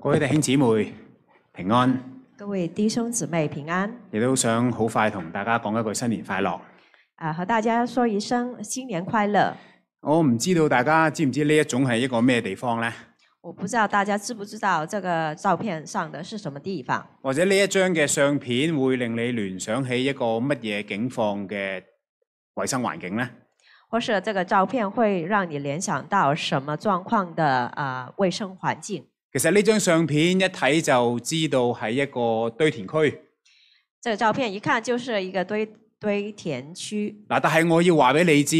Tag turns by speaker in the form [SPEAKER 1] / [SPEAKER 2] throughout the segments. [SPEAKER 1] 各位弟兄姊妹平安，
[SPEAKER 2] 各位弟兄姊妹平安，
[SPEAKER 1] 亦都想好快同大家講一句新年快樂。
[SPEAKER 2] 啊，和大家说一声新年快乐。
[SPEAKER 1] 我唔知道大家知唔知呢一種係一個咩地方呢？
[SPEAKER 2] 我不知道大家知不知道这个照片上的是什么地方，
[SPEAKER 1] 或者呢一張嘅相片會令你聯想起一個乜嘢境況嘅衞生環境呢？
[SPEAKER 2] 或是这个照片会让你联想到什么状况的啊、卫生环境。
[SPEAKER 1] 其實呢張相片一睇就知道係一個堆填區。
[SPEAKER 2] 这个照片一看就是一个堆堆填区，
[SPEAKER 1] 嗱，但係我要話俾你知，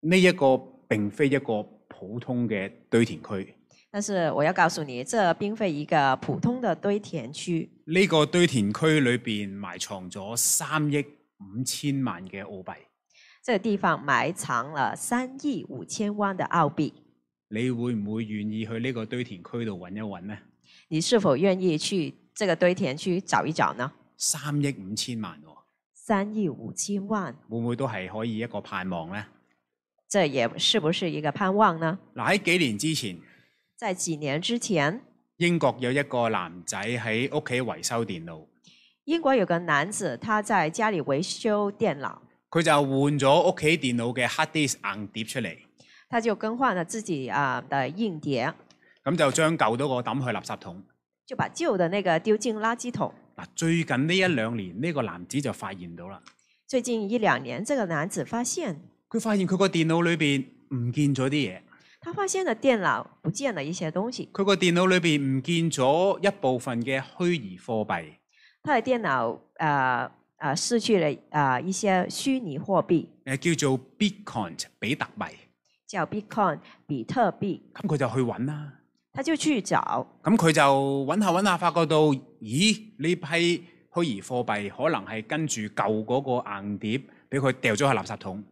[SPEAKER 1] 呢、一個並非一個普通嘅堆填區。
[SPEAKER 2] 但是我要告诉你，这并非一个普通的堆填区。
[SPEAKER 1] 呢、個堆填區裏邊埋藏咗三億五千萬嘅澳幣。
[SPEAKER 2] 这地方埋藏了三亿五千万的澳币，
[SPEAKER 1] 你會唔會願意去呢個堆填區度揾一揾呢？
[SPEAKER 2] 你是否愿意去这个堆填区找一找呢？
[SPEAKER 1] 三億五千萬喎，
[SPEAKER 2] 三亿五千万，
[SPEAKER 1] 會唔會都係可以一個盼望呢？
[SPEAKER 2] 这也是不是一个盼望呢？
[SPEAKER 1] 嗱，喺幾年之前，
[SPEAKER 2] 在几年之前，
[SPEAKER 1] 英國有一個男仔喺屋企維修電腦，
[SPEAKER 2] 英国有个男子，他在家里维修电脑，
[SPEAKER 1] 佢就換咗屋企電腦嘅 hard disk 硬碟出嚟，
[SPEAKER 2] 他就更换了自己啊的硬碟，
[SPEAKER 1] 咁就將舊嗰個抌去垃圾桶。
[SPEAKER 2] 就把旧的那个丢进垃圾桶。
[SPEAKER 1] 嗱，最近呢一兩年，呢、個男子就發現到啦，
[SPEAKER 2] 最近一两年，这个男子发现
[SPEAKER 1] 佢發現佢個電腦裏邊唔見咗啲嘢，
[SPEAKER 2] 他发现了电脑不見了一些东西，
[SPEAKER 1] 佢個電腦裏邊唔見咗一部分嘅虛擬貨幣。
[SPEAKER 2] 他的电脑啊啊失去了啊、一些虚拟货币，
[SPEAKER 1] 誒叫做 Bitcoin 比特幣，
[SPEAKER 2] 叫 Bitcoin 比特币，
[SPEAKER 1] 咁佢就去揾啦。
[SPEAKER 2] 他就去找，
[SPEAKER 1] 咁佢就揾下揾下，發覺到，咦？呢批虛擬貨幣可能係跟住舊嗰個硬碟，俾佢掉咗去垃圾桶。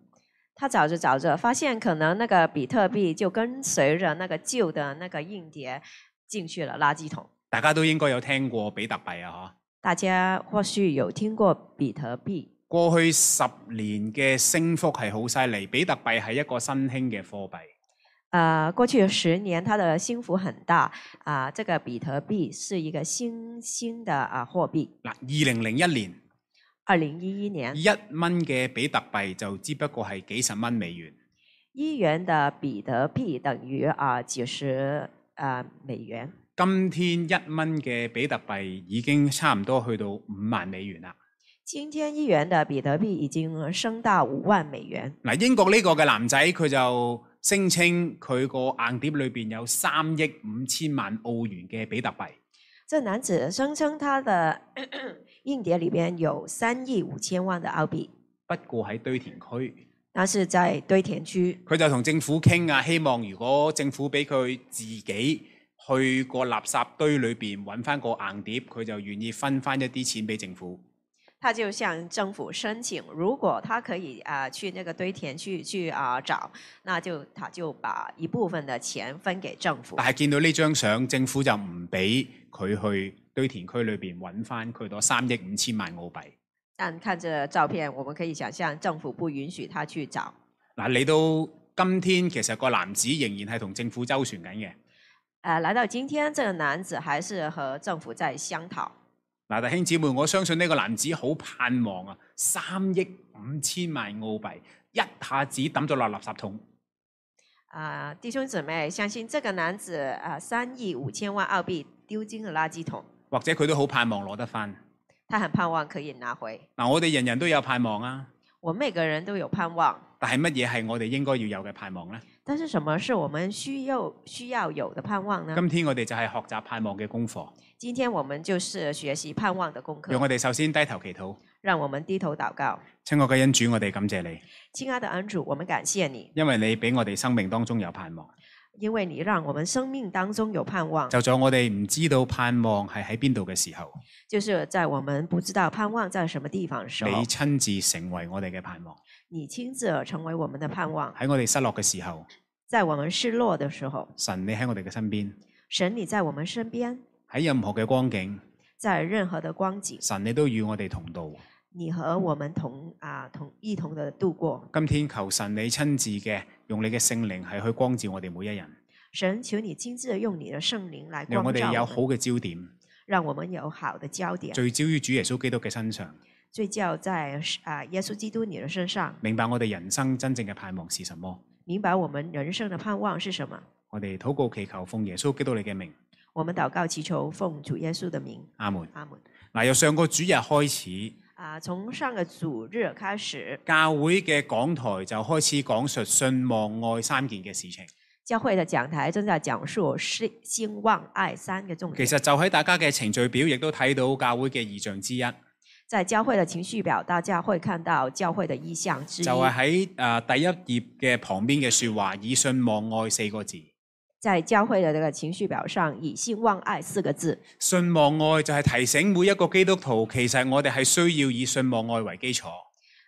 [SPEAKER 2] 他找着找着，发现可能那个比特币就跟随着那个旧的那个硬碟进去了垃圾桶。
[SPEAKER 1] 大家都應該有聽過比特幣啊！嚇，
[SPEAKER 2] 大家或许有听过比特币，
[SPEAKER 1] 過去十年嘅升幅係好犀利，比特幣係一個新興嘅貨幣。
[SPEAKER 2] 呃，过去十年它的兴幅很大啊、这个比特币是一个新兴的啊货币。
[SPEAKER 1] 嗱，二零零一年
[SPEAKER 2] 二零一一年，
[SPEAKER 1] 一蚊嘅比特幣就只不過係幾十蚊美元。
[SPEAKER 2] 一元的比特币等于啊几十啊美元。
[SPEAKER 1] 今天一蚊嘅比特幣已經差唔多去到五萬美元啦。
[SPEAKER 2] 今天一元的比特币已经升到五万美元。
[SPEAKER 1] 嗱，英國呢個嘅男仔佢就聲稱佢個硬碟裏邊有三億五千萬澳元嘅比特幣。
[SPEAKER 2] 这男子声称他的 硬碟里边有三亿五千万的澳币，
[SPEAKER 1] 不過喺堆填區，
[SPEAKER 2] 但是在堆填区，
[SPEAKER 1] 佢就同政府傾啊，希望如果政府俾佢自己去個垃圾堆裏邊揾翻個硬碟，佢就願意分翻一啲錢俾政府。
[SPEAKER 2] 他就向政府申请，如果他可以啊、去那个堆填区去啊、找，那就他就把一部分的钱分给政府
[SPEAKER 1] 但。係見到呢張相，政府就唔俾佢去堆填區裏邊揾翻佢嗰三億五千萬澳幣。
[SPEAKER 2] 但看这照片，我们可以想象政府不允许他去找。
[SPEAKER 1] 嗱，嚟到今天，其實個男子仍然係同政府周旋緊嘅。
[SPEAKER 2] 呃，来到今天，这个男子还是和政府在商讨。
[SPEAKER 1] 嗱，弟兄姊妹，我相信呢個男子好盼望啊，三億五千萬澳幣一下子抌咗落垃圾桶。
[SPEAKER 2] 啊、弟兄姊妹，相信这个男子啊，三、亿五千万澳币丢进了垃圾桶，
[SPEAKER 1] 或者佢都好盼望攞得翻。
[SPEAKER 2] 他很盼望可以拿回。
[SPEAKER 1] 嗱，我哋人人都有盼望啊，
[SPEAKER 2] 我们每个人都有盼望，
[SPEAKER 1] 但係乜嘢係我哋應該要有嘅盼望呢？
[SPEAKER 2] 但是什么是我们需要需要有的盼望呢？
[SPEAKER 1] 今天我哋就係學習盼望嘅功課，
[SPEAKER 2] 今天我们就是学习盼望的功
[SPEAKER 1] 讓
[SPEAKER 2] 课
[SPEAKER 1] 我。哋首先低頭祈禱。
[SPEAKER 2] 让我们低头祷告，
[SPEAKER 1] 親愛嘅恩主，我哋感謝你，
[SPEAKER 2] 亲爱的恩主，我们感谢你，
[SPEAKER 1] 因為你俾我哋生命當中有盼望。
[SPEAKER 2] 因为你让我们生命当中有盼望。
[SPEAKER 1] 就在我哋唔知道盼望係喺邊度嘅時候，
[SPEAKER 2] 就是在我们不知道盼望在什么地方的时候
[SPEAKER 1] 你，親自成為我哋嘅盼望；
[SPEAKER 2] 你亲自成为我们的盼望。
[SPEAKER 1] 喺我哋失落嘅時候，
[SPEAKER 2] 在我们失落的时候，
[SPEAKER 1] 神你喺我哋嘅身邊。
[SPEAKER 2] 神你在我们身边，
[SPEAKER 1] 喺任何嘅光景，
[SPEAKER 2] 在任何的光景，
[SPEAKER 1] 神你都與我哋同道。
[SPEAKER 2] 你和我们同啊同一同的度过。
[SPEAKER 1] 今天求神你親自嘅用你嘅聖靈係去光照我哋每一人。
[SPEAKER 2] 神，求你亲自地用你的圣灵来
[SPEAKER 1] 讓
[SPEAKER 2] 光
[SPEAKER 1] 我哋
[SPEAKER 2] 照
[SPEAKER 1] 有
[SPEAKER 2] 我
[SPEAKER 1] 好
[SPEAKER 2] 们，
[SPEAKER 1] 嘅焦點，
[SPEAKER 2] 让我们有好的焦点，
[SPEAKER 1] 聚焦於主耶穌基督嘅身上，
[SPEAKER 2] 聚焦在啊耶稣基督你的身上，
[SPEAKER 1] 明白我哋人生真正嘅盼望是什麼。
[SPEAKER 2] 明白我们人生的盼望是什么。
[SPEAKER 1] 我哋禱告祈求，奉耶穌基督你嘅名，
[SPEAKER 2] 我们祷告祈求，奉主耶穌的名，
[SPEAKER 1] 阿門。
[SPEAKER 2] 阿門。
[SPEAKER 1] 嗱，由上個主日開始，
[SPEAKER 2] 啊，從上個主日開始，
[SPEAKER 1] 教會嘅講台就開始講述信望愛三件嘅事情。
[SPEAKER 2] 教會的講台正在講述是兴旺愛三個重
[SPEAKER 1] 其
[SPEAKER 2] 點。
[SPEAKER 1] 實就喺大家嘅程序表，亦都睇到教會嘅異象之一，
[SPEAKER 2] 在教會的情緒表，大家會看到教會的意向之
[SPEAKER 1] 就
[SPEAKER 2] 一，
[SPEAKER 1] 係喺誒第一頁嘅旁邊嘅説話，以信望愛四個字。
[SPEAKER 2] 在教會的這個情緒表上，以兴旺愛四個字。
[SPEAKER 1] 信望愛就係提醒每一個基督徒，其實我哋係需要以信望愛為基礎，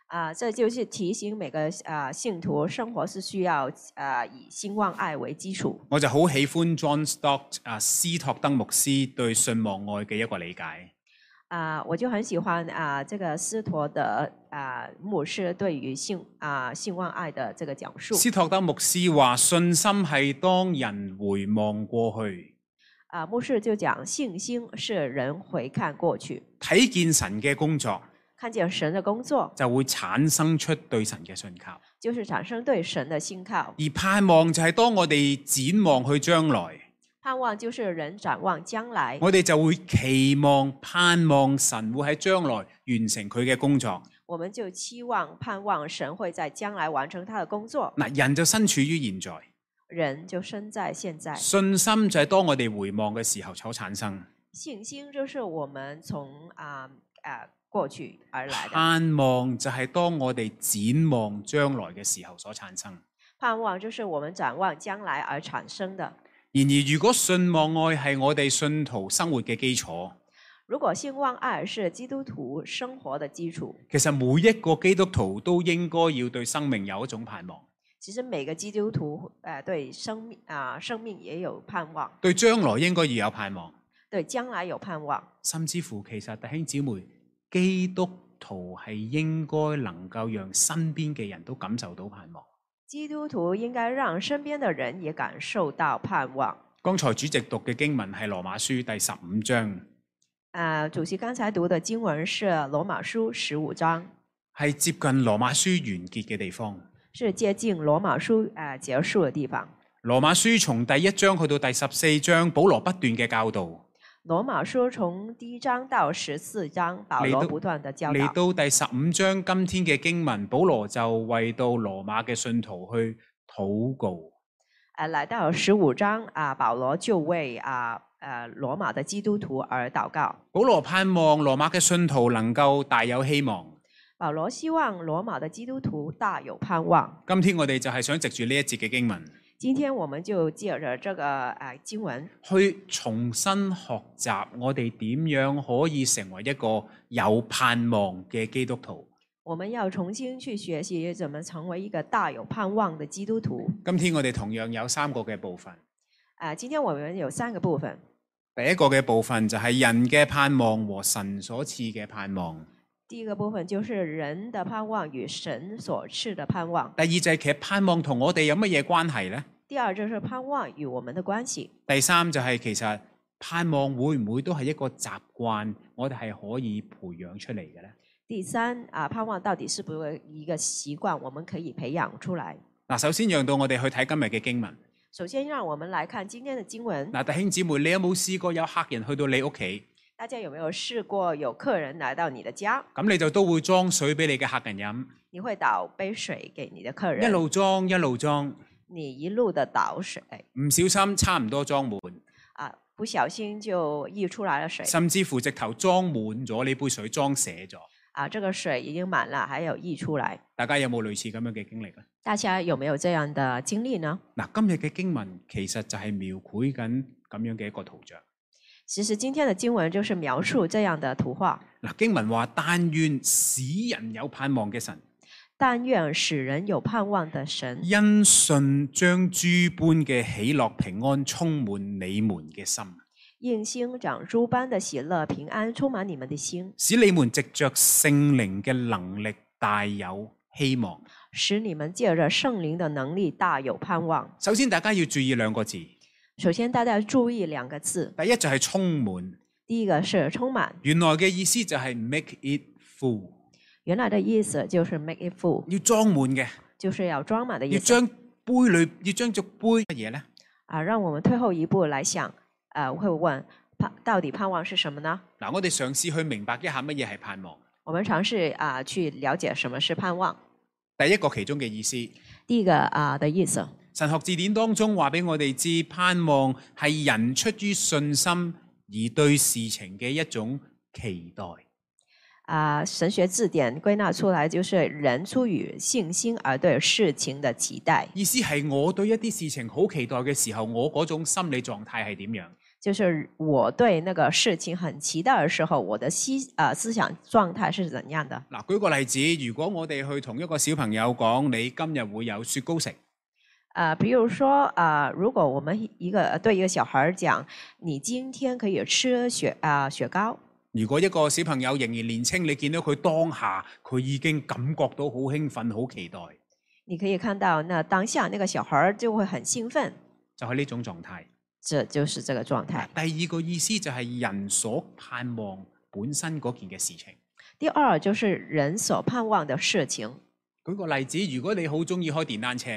[SPEAKER 2] 啊，這就是提醒每個啊信徒生活是需要啊以兴旺愛為基礎。
[SPEAKER 1] 我就好喜歡 John Stott 啊斯托登牧師對信望愛嘅一個理解。
[SPEAKER 2] 啊，我就很喜歡啊，這個斯陀的啊牧師對於性啊性望愛的這個講述
[SPEAKER 1] 斯托登牧師話：信心係當人回望過去，
[SPEAKER 2] 啊，牧師就講信心是人回看過去，
[SPEAKER 1] 睇見神嘅工作，
[SPEAKER 2] 看見神的工作，
[SPEAKER 1] 就會產生出對神嘅信靠。
[SPEAKER 2] 就是產生對神的信靠。
[SPEAKER 1] 而盼望就係當我哋展望去將來，
[SPEAKER 2] 盼望就是人展望將來，
[SPEAKER 1] 我哋就會期望盼望神會喺將來完成佢嘅工作。
[SPEAKER 2] 我們就期望盼望神會在將來完成他的工作。
[SPEAKER 1] 嗱，人就身處於現在，
[SPEAKER 2] 人就身在現在，
[SPEAKER 1] 信心就係當我哋回望嘅時候所產生，
[SPEAKER 2] 信心就是我們從啊啊過去而來的。
[SPEAKER 1] 盼望就係當我哋展望將來嘅時候所產生。
[SPEAKER 2] 盼望就是我們展望將來而產生的。
[SPEAKER 1] 然而，如果信望愛係我哋信徒生活嘅基礎，
[SPEAKER 2] 如果信望愛是基督徒生活的基礎，
[SPEAKER 1] 其實每一個基督徒都應該要對生命有一種盼望，
[SPEAKER 2] 其實每個基督徒呃對生命啊、生命也有盼望，
[SPEAKER 1] 對將來應該要有盼望。
[SPEAKER 2] 對將來有盼望，
[SPEAKER 1] 甚至乎其實弟兄姊妹，基督徒係應該能夠讓身邊嘅人都感受到盼望。
[SPEAKER 2] 基督徒應該讓身邊的人也感受到盼望。
[SPEAKER 1] 剛才主席讀嘅經文係羅馬書第十五章，
[SPEAKER 2] 啊、主席剛才讀的經文是羅馬書十五章，
[SPEAKER 1] 係接近羅馬書完結嘅地方。
[SPEAKER 2] 是接近羅馬書啊、呃結束的地方。
[SPEAKER 1] 羅馬書從第一章去到第十四章，保羅不斷嘅教導，
[SPEAKER 2] 羅馬書從第一章到十四章，保
[SPEAKER 1] 嚟
[SPEAKER 2] 羅
[SPEAKER 1] 到
[SPEAKER 2] 不斷的教
[SPEAKER 1] 嚟
[SPEAKER 2] 導。
[SPEAKER 1] 到第十五章今天嘅經文，保羅就為到羅馬嘅信徒去禱告。
[SPEAKER 2] 呃，来到十五章啊，保羅就為啊呃羅馬的基督徒而禱告。
[SPEAKER 1] 保羅盼望羅馬嘅信徒能夠大有希望。
[SPEAKER 2] 保羅希望羅馬的基督徒大有盼望。
[SPEAKER 1] 今天我哋就係想藉住呢一節嘅經文。
[SPEAKER 2] 今天我們就借着這個啊經文，
[SPEAKER 1] 去重新學習我哋點樣可以成為一個有盼望嘅基督徒。
[SPEAKER 2] 我們要重新去學習怎麼成為一個大有盼望的基督徒。
[SPEAKER 1] 今天我哋同樣有三個嘅部分。
[SPEAKER 2] 啊，今天我們有三個部分。
[SPEAKER 1] 第一個嘅部分就係人嘅盼望和神所賜嘅盼望。
[SPEAKER 2] 第一個部分就是人的盼望與神所賜的盼望。
[SPEAKER 1] 第二就係其實盼望同我哋有乜嘢關係呢？
[SPEAKER 2] 第二就是盼望與我們的關係。
[SPEAKER 1] 第三就係其實盼望會唔會都係一個習慣，我哋係可以培養出嚟嘅呢？
[SPEAKER 2] 第三啊，盼望到底是不是一個習慣，我們可以培養出來。
[SPEAKER 1] 嗱，首先讓到我哋去睇今日嘅經文。
[SPEAKER 2] 首先，讓我们来看今天的经文。
[SPEAKER 1] 嗱，弟兄姊妹，你有冇試過有客人去到你屋企，
[SPEAKER 2] 大家有没有试过有客人来到你的家，
[SPEAKER 1] 咁你就都會裝水俾你嘅客人飲？
[SPEAKER 2] 你会倒杯水給你的客
[SPEAKER 1] 一
[SPEAKER 2] 人，
[SPEAKER 1] 路裝一路裝，
[SPEAKER 2] 你一路的倒水
[SPEAKER 1] 唔小心差唔多裝滿，
[SPEAKER 2] 啊，不小心就溢出來了水
[SPEAKER 1] 甚至乎直頭裝滿咗呢杯水，裝瀉咗。
[SPEAKER 2] 啊，这个水已經滿了，還有溢出來。
[SPEAKER 1] 大家有冇類似咁樣嘅啊經歷咧？
[SPEAKER 2] 大家有没有這樣的經歷呢？
[SPEAKER 1] 嗱，今日嘅經文其實就係描繪緊咁樣嘅一個圖像。
[SPEAKER 2] 其實今天的經文就是描述這樣的圖畫。
[SPEAKER 1] 嗱，經文話：但願使人有盼望嘅神，
[SPEAKER 2] 但願使人有盼望的神，
[SPEAKER 1] 因信將諸般嘅喜樂平安充滿你們嘅心，
[SPEAKER 2] 應星長諸般的喜樂平安充滿你們的心，
[SPEAKER 1] 使你們藉着聖靈嘅能力大有希望。
[SPEAKER 2] 使你们借着圣灵的能力大有盼望。
[SPEAKER 1] 首先，大家要注意兩個字，第
[SPEAKER 2] 首先，大家要注意两个字，
[SPEAKER 1] 一就係充滿，
[SPEAKER 2] 第一个是充满，
[SPEAKER 1] 原來嘅意思就係 make it full，
[SPEAKER 2] 原来的意思就是 make it full，
[SPEAKER 1] 要裝滿嘅，
[SPEAKER 2] 就是要装满的意
[SPEAKER 1] 要
[SPEAKER 2] 思
[SPEAKER 1] 將杯裏要將隻杯乜嘢呢？
[SPEAKER 2] 啊。让我们退后一步来想，呃，我会问盼到底盼望是什么呢？
[SPEAKER 1] 嗱，我哋嘗試去明白一下乜嘢係盼望。
[SPEAKER 2] 我们尝试啊、去了解什么是盼望。
[SPEAKER 1] 第一個其中嘅意思，
[SPEAKER 2] 第一个啊、的意思，
[SPEAKER 1] 神學字典當中話俾我哋知，盼望係人出於信心而對事情嘅一種期待。
[SPEAKER 2] 啊、神学字典归纳出来就是人出于信心而对事情的期待，
[SPEAKER 1] 意思係我對一啲事情好期待嘅時候，我嗰種心理狀態係點樣？
[SPEAKER 2] 就是我对那个事情很期待的时候，我的思啊、思想状态是怎样的？
[SPEAKER 1] 嗱，舉個例子，如果我哋去同一個小朋友講，你今日會有雪糕食，
[SPEAKER 2] 啊，比如说啊、如果我们一个对一个小孩儿讲，你今天可以吃雪啊、雪糕，
[SPEAKER 1] 如果一個小朋友仍然年青，你見到佢當下，佢已經感覺到好興奮、好期待，
[SPEAKER 2] 你可以看到那当下那个小孩儿就会很兴奋，
[SPEAKER 1] 就係呢種狀態。
[SPEAKER 2] 这就是这个状态。
[SPEAKER 1] 第二個意思就係人所盼望本身嗰件嘅事情。
[SPEAKER 2] 第二就是人所盼望的事情，
[SPEAKER 1] 舉個例子，如果你好中意開電單車，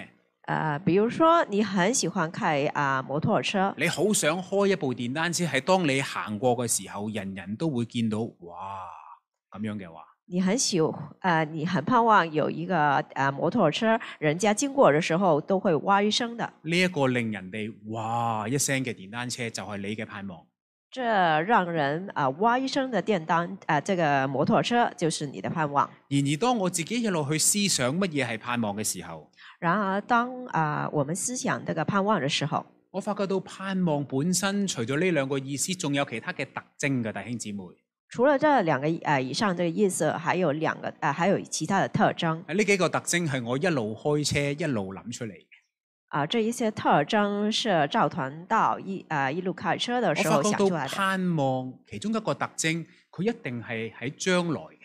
[SPEAKER 2] 呃，比如说你很喜欢开啊、摩托车，
[SPEAKER 1] 你好想開一部電單車，係當你行過嘅時候，人人都會見到，哇咁樣嘅話，
[SPEAKER 2] 你很喜呃，你很盼望有一个呃摩托车，人家经过的时候都会哇一声的，
[SPEAKER 1] 呢、一個令人哋哇一聲嘅電單車就係你嘅盼望。
[SPEAKER 2] 这让人啊、哇一声的电单啊、这个摩托车就是你的盼望。
[SPEAKER 1] 然而，當我自己一路去思想乜嘢係盼望嘅時候，
[SPEAKER 2] 然而当啊、我们思想这个盼望的时候，
[SPEAKER 1] 我發覺到盼望本身除咗呢兩個意思，仲有其他嘅特徵嘅，弟兄姊妹。
[SPEAKER 2] 除了这两个呃以上这个意思，还有两个呃还有其他的特征
[SPEAKER 1] 呢幾個特徵係我一路開車一路諗出嚟嘅。
[SPEAKER 2] 啊、这一些特征是赵传道一啊、一路开车的时候
[SPEAKER 1] 我發
[SPEAKER 2] 想
[SPEAKER 1] 覺
[SPEAKER 2] 出
[SPEAKER 1] 到
[SPEAKER 2] 来的。
[SPEAKER 1] 盼望其中一個特徵，佢一定係喺將來嘅。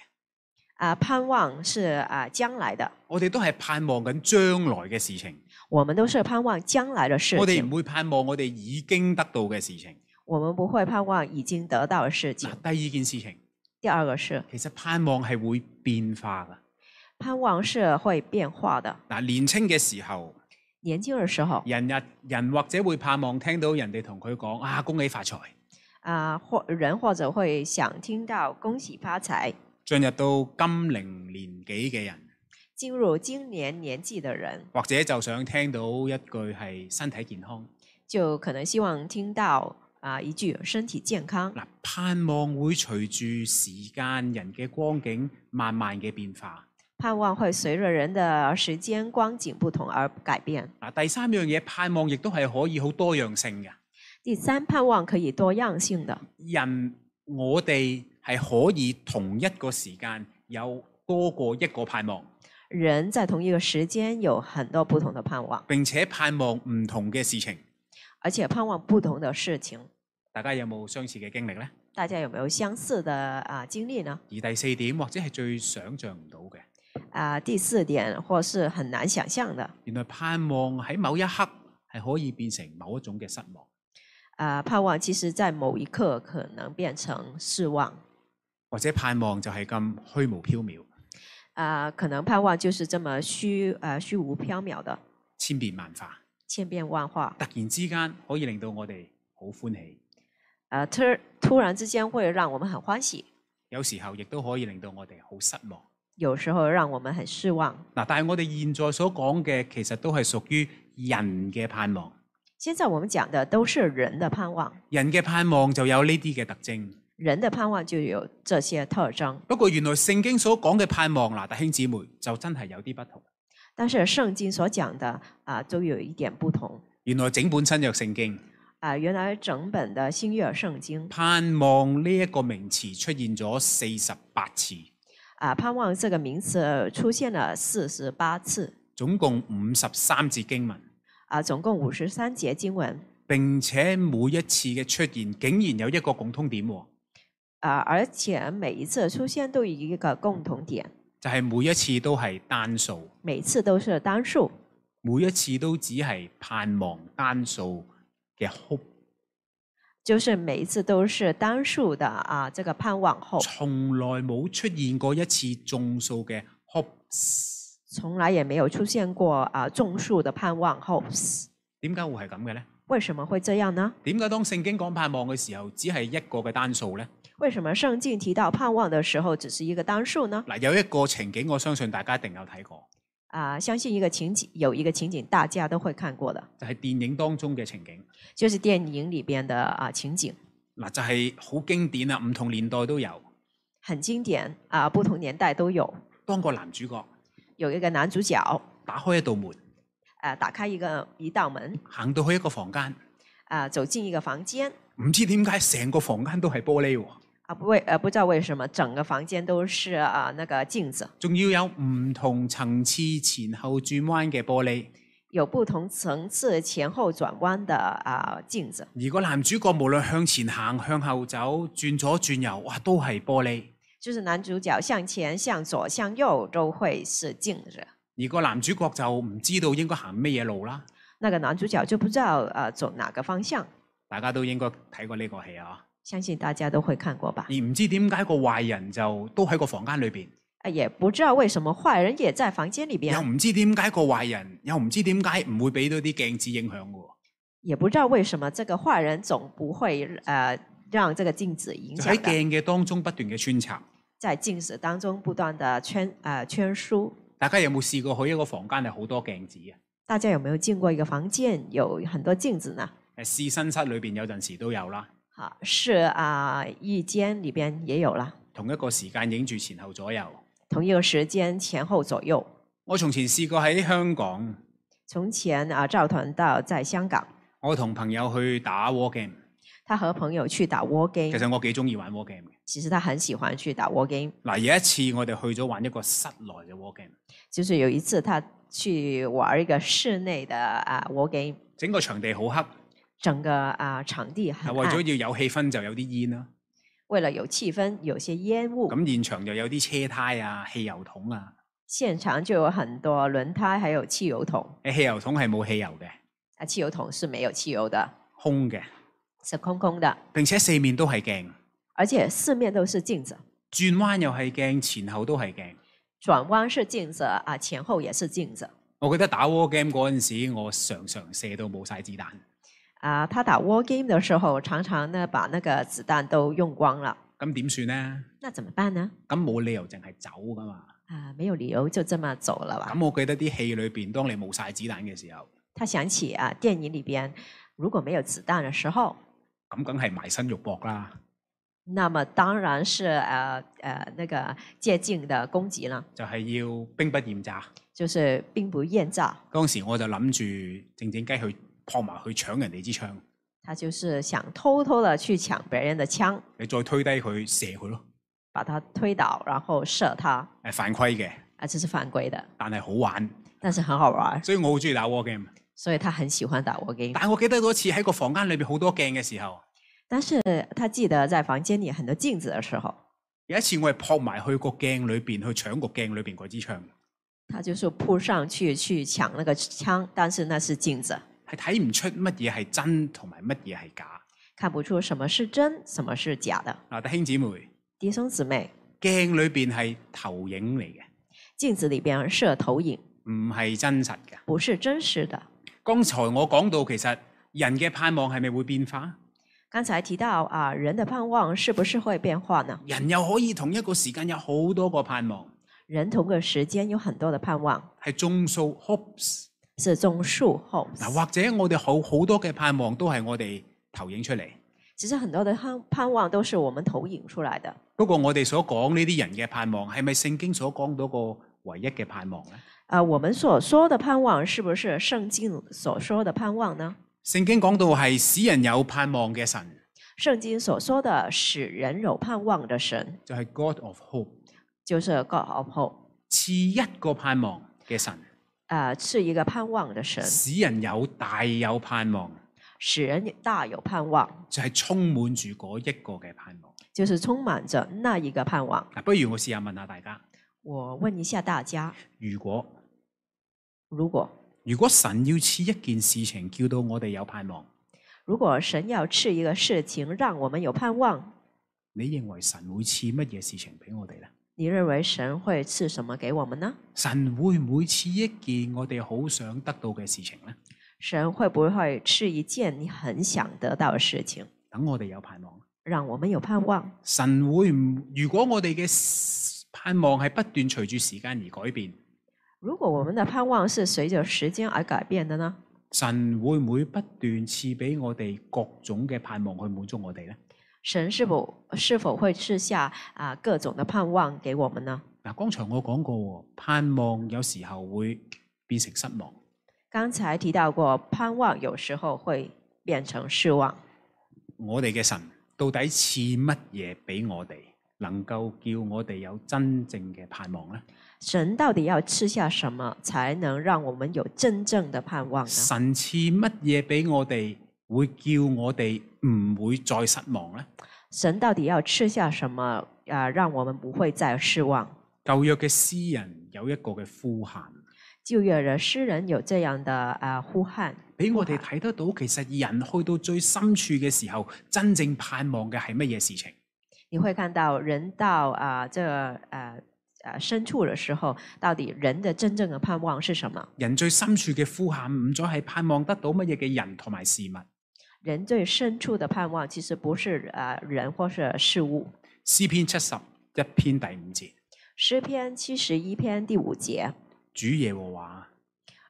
[SPEAKER 2] 啊，盼望是啊将来的，
[SPEAKER 1] 我哋都係盼望緊將來嘅事情，
[SPEAKER 2] 我们都是盼望将来的事
[SPEAKER 1] 我哋
[SPEAKER 2] 情
[SPEAKER 1] 唔，會盼望我哋已經得到嘅事情。
[SPEAKER 2] 我们不会盼望已经得到的事
[SPEAKER 1] 嗱
[SPEAKER 2] 情，。
[SPEAKER 1] 第二件事情，
[SPEAKER 2] 第二个是
[SPEAKER 1] 其實盼望係會變化㗎。
[SPEAKER 2] 盼望是会变化的。
[SPEAKER 1] 嗱，年青嘅時候，
[SPEAKER 2] 年轻的时候
[SPEAKER 1] 人日人或者會盼望聽到人哋同佢講啊，恭喜發財。
[SPEAKER 2] 啊，或人或者会想听到恭喜发财。
[SPEAKER 1] 進入到金齡年紀嘅人，
[SPEAKER 2] 进入今年年纪的人，
[SPEAKER 1] 或者就想聽到一句係身體健康。
[SPEAKER 2] 就可能希望听到啊一句身体健康。
[SPEAKER 1] 嗱，盼望會隨住時間、人嘅光景慢慢嘅變化。
[SPEAKER 2] 盼望会随着人的时间光景不同而改变。
[SPEAKER 1] 嗱，第三樣嘢，盼望亦都係可以好多樣性嘅。
[SPEAKER 2] 第三，盼望可以多样性的。
[SPEAKER 1] 人我哋係可以同一個時間有多過一個盼望，
[SPEAKER 2] 人在同一个时间有很多不同的盼望，
[SPEAKER 1] 並且盼望唔同嘅事情。
[SPEAKER 2] 而且盼望不同的事情。
[SPEAKER 1] 大家有冇相似嘅經歷呢？
[SPEAKER 2] 大家有没有相似的啊经历呢？
[SPEAKER 1] 而第四點，或者係最想像唔到嘅，
[SPEAKER 2] 啊，第四点或是很难想象的
[SPEAKER 1] 原來盼望喺某一刻係可以變成某一種嘅失望。
[SPEAKER 2] 啊，盼望其实在某一刻可能变成失望
[SPEAKER 1] 或者盼望就係咁虛無縹緲、
[SPEAKER 2] 啊，可能盼望就是这么虚呃虚无缥缈的，
[SPEAKER 1] 千變萬化，
[SPEAKER 2] 千变万化。
[SPEAKER 1] 突然之間可以令到我哋好歡喜，
[SPEAKER 2] 呃，突突然之间会让我们很欢喜，
[SPEAKER 1] 有時候亦都可以令到我哋好失望。
[SPEAKER 2] 有时候让我们很失望。
[SPEAKER 1] 嗱，但係我哋現在所講嘅其實都係屬於人嘅盼望。
[SPEAKER 2] 现在我们讲的都是人的盼望，
[SPEAKER 1] 人嘅盼望就有呢啲嘅特徵。
[SPEAKER 2] 人的盼望就有这些特征。
[SPEAKER 1] 不過原來聖經所講嘅盼望，嗱，弟兄姊妹就真係有啲不同。
[SPEAKER 2] 但是圣经所讲的啊，都有一点不同
[SPEAKER 1] 原來整本新約聖經
[SPEAKER 2] 啊。原来整本的新约圣经
[SPEAKER 1] 盼望呢一個名詞出現咗四十八次，
[SPEAKER 2] 啊，盼望这个名词出现了四十八次
[SPEAKER 1] 總共五十三節經文。
[SPEAKER 2] 啊，总共五十三节经文
[SPEAKER 1] 並且每一次嘅出現，竟然有一個共通點喎，
[SPEAKER 2] 啊，而且每一次出现都有一个共同点
[SPEAKER 1] 就係每一次都係單數，
[SPEAKER 2] 每次都是单数，
[SPEAKER 1] 每一次都只係盼望單數嘅 hope
[SPEAKER 2] 就是每一次都是单数的啊，这个盼望后，
[SPEAKER 1] 從來冇出現過一次中數嘅 hopes。
[SPEAKER 2] 从来也没有出现过啊众数的盼望 hopes。
[SPEAKER 1] 點解會係咁嘅呢？
[SPEAKER 2] 为什么会这样呢？
[SPEAKER 1] 點解當聖經講盼望嘅時候，只係一個嘅單數呢？
[SPEAKER 2] 为什么圣经提到盼望的时候只是一个单数呢？
[SPEAKER 1] 嗱，有一個情景，我相信大家一定有睇過，
[SPEAKER 2] 啊，相信一个情景有一个情景大家都会看过的，
[SPEAKER 1] 就係、電影當中嘅情景。
[SPEAKER 2] 就是电影里边的啊情景，
[SPEAKER 1] 嗱，就係好經典啊，唔同年代都有。
[SPEAKER 2] 很经典啊，不同年代都有。
[SPEAKER 1] 當個男主角
[SPEAKER 2] 有一个男主角，
[SPEAKER 1] 打開一道門，
[SPEAKER 2] 啊，打开一个一道门，
[SPEAKER 1] 行到去一個房間，
[SPEAKER 2] 啊，走进一个房间，
[SPEAKER 1] 唔知點解成個房間都係玻璃喎，
[SPEAKER 2] 啊，不为呃不知道为什么整个房间都是啊那个镜子，
[SPEAKER 1] 仲要有唔同層次前後轉彎嘅玻璃。
[SPEAKER 2] 有不同层次前后转弯的啊镜子。
[SPEAKER 1] 而個男主角無論向前行、向後走、轉左轉右，哇，都係玻璃。
[SPEAKER 2] 就是男主角向前、向左、向右都会是镜子。
[SPEAKER 1] 而個男主角就唔知道應該行咩嘢路啦。
[SPEAKER 2] 那个男主角就不知道呃走哪个方向，
[SPEAKER 1] 大家都應該睇過呢個戲啊。
[SPEAKER 2] 相信大家都会看过吧
[SPEAKER 1] 而？唔知點解個壞人就都喺個房間裏邊，
[SPEAKER 2] 啊，也不知道为什么坏人也在房间里
[SPEAKER 1] 又
[SPEAKER 2] 边，
[SPEAKER 1] 唔知點解個壞人又唔知點解唔會俾到啲鏡子影響嘅
[SPEAKER 2] 也不知道为什么这个坏人总不会呃让这个镜子影
[SPEAKER 1] 喎，就喺
[SPEAKER 2] 响的，
[SPEAKER 1] 鏡嘅當中不斷嘅穿插。
[SPEAKER 2] 在镜子当中不断的圈呃圈书。
[SPEAKER 1] 大家有冇試過去一個房間係好多鏡子啊？
[SPEAKER 2] 大家有没有进过一个房间有很多镜子呢？
[SPEAKER 1] 誒試身室裏邊有陣時都有啦，
[SPEAKER 2] 啊，是啊，一间里边也有啦，
[SPEAKER 1] 同一個時間影住前後左右。
[SPEAKER 2] 同一个时间前后左右。
[SPEAKER 1] 我從前試過喺香港，
[SPEAKER 2] 从前啊，赵团到在香港，
[SPEAKER 1] 我同朋友去打 war game，
[SPEAKER 2] 他和朋友去打 war
[SPEAKER 1] 其
[SPEAKER 2] game，
[SPEAKER 1] 實我幾中意玩 war game 嘅。
[SPEAKER 2] 其实他很喜欢去打 war game。
[SPEAKER 1] 嗱，有一次我哋去咗玩一個室內嘅 war game，
[SPEAKER 2] 就是有一次他去玩一个室内的啊 war game，
[SPEAKER 1] 整個場地好黑，
[SPEAKER 2] 整个啊场地
[SPEAKER 1] 係
[SPEAKER 2] 很
[SPEAKER 1] 為
[SPEAKER 2] 暗，
[SPEAKER 1] 咗要有氣氛就有啲煙啦。
[SPEAKER 2] 为了有气氛，有些烟雾，
[SPEAKER 1] 咁現場就有啲車胎啊、汽油桶啊。
[SPEAKER 2] 现场就有很多轮胎还有汽油桶，
[SPEAKER 1] 誒，汽油桶係冇汽油嘅，
[SPEAKER 2] 啊汽油桶是没有汽油的，
[SPEAKER 1] 空嘅，
[SPEAKER 2] 是空空的，
[SPEAKER 1] 並且四面都係鏡，
[SPEAKER 2] 而且四面都是镜子，
[SPEAKER 1] 轉彎又係鏡，前後都係鏡。
[SPEAKER 2] 转弯是镜子啊，前后也是鏡子
[SPEAKER 1] 我記得打 war game 嗰陣時，我常常射到冇晒子彈。
[SPEAKER 2] 啊。他打 war game 的时候，常常呢把那个子弹都用光了，
[SPEAKER 1] 咁點算呢？
[SPEAKER 2] 那怎么办呢？
[SPEAKER 1] 咁冇理由淨係走噶嘛。
[SPEAKER 2] 啊，沒有理由就這麼走了吧？
[SPEAKER 1] 咁我記得啲戲裏邊，當你冇晒子彈嘅時候，
[SPEAKER 2] 他想起啊，电影里边如果没有子彈的时候，
[SPEAKER 1] 咁梗係埋身肉搏啦。
[SPEAKER 2] 那么当然是呃呃那个借鏡的攻擊了，
[SPEAKER 1] 就係要兵不厭詐。
[SPEAKER 2] 就是兵不厭詐。
[SPEAKER 1] 嗰陣時我就諗住靜靜雞去撲埋去搶人哋支槍，
[SPEAKER 2] 他就是想偷偷的去搶別人的槍，
[SPEAKER 1] 你再推低佢射佢咯。
[SPEAKER 2] 把他推倒，然后射他
[SPEAKER 1] 誒犯規嘅，
[SPEAKER 2] 啊，这是犯規的，
[SPEAKER 1] 但係好玩，
[SPEAKER 2] 但是很好玩，
[SPEAKER 1] 所以我好中意打 war game。
[SPEAKER 2] 所以他很喜歡打 war game。
[SPEAKER 1] 但係我記得嗰次喺個房間裏邊好多鏡嘅時候，
[SPEAKER 2] 但是他記得在房間裡很多鏡子的時候，
[SPEAKER 1] 有一次我係撲埋去個鏡裏邊去搶個鏡裏邊嗰支槍，
[SPEAKER 2] 他就是撲上去去搶那個槍，但是那是鏡子。
[SPEAKER 1] 係睇唔出乜嘢係真同埋乜嘢係假。
[SPEAKER 2] 看不出什么是真，什么是假的。
[SPEAKER 1] 嗱，弟兄姊妹，
[SPEAKER 2] 弟兄姊妹，
[SPEAKER 1] 鏡裏邊係投影嚟嘅，
[SPEAKER 2] 镜子里边设投影，
[SPEAKER 1] 唔係真實嘅。
[SPEAKER 2] 不是真实的。
[SPEAKER 1] 剛才我講到其實人嘅盼望係咪會變化？
[SPEAKER 2] 刚才提到啊，人的盼望是不是会变化呢？
[SPEAKER 1] 人又可以同一個時間有好多個盼望，
[SPEAKER 2] 人同个时间有很多的盼望，
[SPEAKER 1] 係眾數 hopes。
[SPEAKER 2] 是种树后。
[SPEAKER 1] 嗱，或者我哋好好多嘅盼望都係我哋投影出嚟。
[SPEAKER 2] 其实很多的盼盼望都是我们投影出来的。
[SPEAKER 1] 不過我哋所講呢啲人嘅盼望，係咪聖經所講到個唯一嘅盼望呢？
[SPEAKER 2] 啊，我们所说的盼望，是不是圣经所说的盼望呢？
[SPEAKER 1] 聖經講到係使人有盼望嘅神，
[SPEAKER 2] 圣经所说的使人有盼望的神，
[SPEAKER 1] 就係、God of Hope，
[SPEAKER 2] 就是 God of Hope，
[SPEAKER 1] 賜一個盼望嘅神，
[SPEAKER 2] 啊，是一个盼望的神，
[SPEAKER 1] 使人有大有盼望，
[SPEAKER 2] 使人大有盼望。
[SPEAKER 1] 就係、充滿住嗰一個嘅盼望。
[SPEAKER 2] 就是充满着那一个盼望。
[SPEAKER 1] 嗱，不如我試下問下大家，
[SPEAKER 2] 我问一下大家，
[SPEAKER 1] 如果
[SPEAKER 2] 如果
[SPEAKER 1] 如果神要賜一件事情，叫到我哋有盼望，
[SPEAKER 2] 如果神要赐一个事情让我们有盼望，
[SPEAKER 1] 你認為神會賜乜嘢事情俾我哋呢？
[SPEAKER 2] 你认为神会赐什么给我们呢？
[SPEAKER 1] 神會唔會賜一件我哋好想得到嘅事情呢？
[SPEAKER 2] 神会不会赐一件你很想得到的事情，
[SPEAKER 1] 等我哋有盼望。
[SPEAKER 2] 让我们有盼望？
[SPEAKER 1] 神會唔？如果我哋嘅 s- 盼望係不斷隨住時間而改變，
[SPEAKER 2] 如果我们的盼望是随着时间而改变的呢？
[SPEAKER 1] 神會唔會不斷賜俾我哋各種嘅盼望去滿足我哋呢？
[SPEAKER 2] 神是否是否会赐下啊各种的盼望给我们呢？
[SPEAKER 1] 嗱，剛才我講過喎，盼望有時候會變成失望。
[SPEAKER 2] 刚才提到过，盼望有时候会变成失望。
[SPEAKER 1] 我哋嘅神到底賜乜嘢俾我哋，能夠叫我哋有真正嘅盼望呢？
[SPEAKER 2] 神到底要赐下什么，才能让我们有真正的盼望呢？
[SPEAKER 1] 神賜乜嘢俾我哋，會叫我哋唔會再失望呢？
[SPEAKER 2] 神到底要赐下什么啊，让我们不会再失望？
[SPEAKER 1] 舊約嘅詩人有一個嘅呼喊。
[SPEAKER 2] 旧约的诗人有这样的啊呼喊，
[SPEAKER 1] 俾我哋睇得到，其實人去到最深處嘅時候，真正盼望嘅係乜嘢事情？
[SPEAKER 2] 你会看到人到啊这啊啊深处的时候，到底人的真正的盼望是什么？
[SPEAKER 1] 人最深處嘅呼喊唔再係盼望得到乜嘢嘅人同埋事物，
[SPEAKER 2] 人最深处的盼望其实不是啊人或是事物。
[SPEAKER 1] 詩篇七十一篇第五節，
[SPEAKER 2] 诗篇七十一篇第五节
[SPEAKER 1] 主耶和華，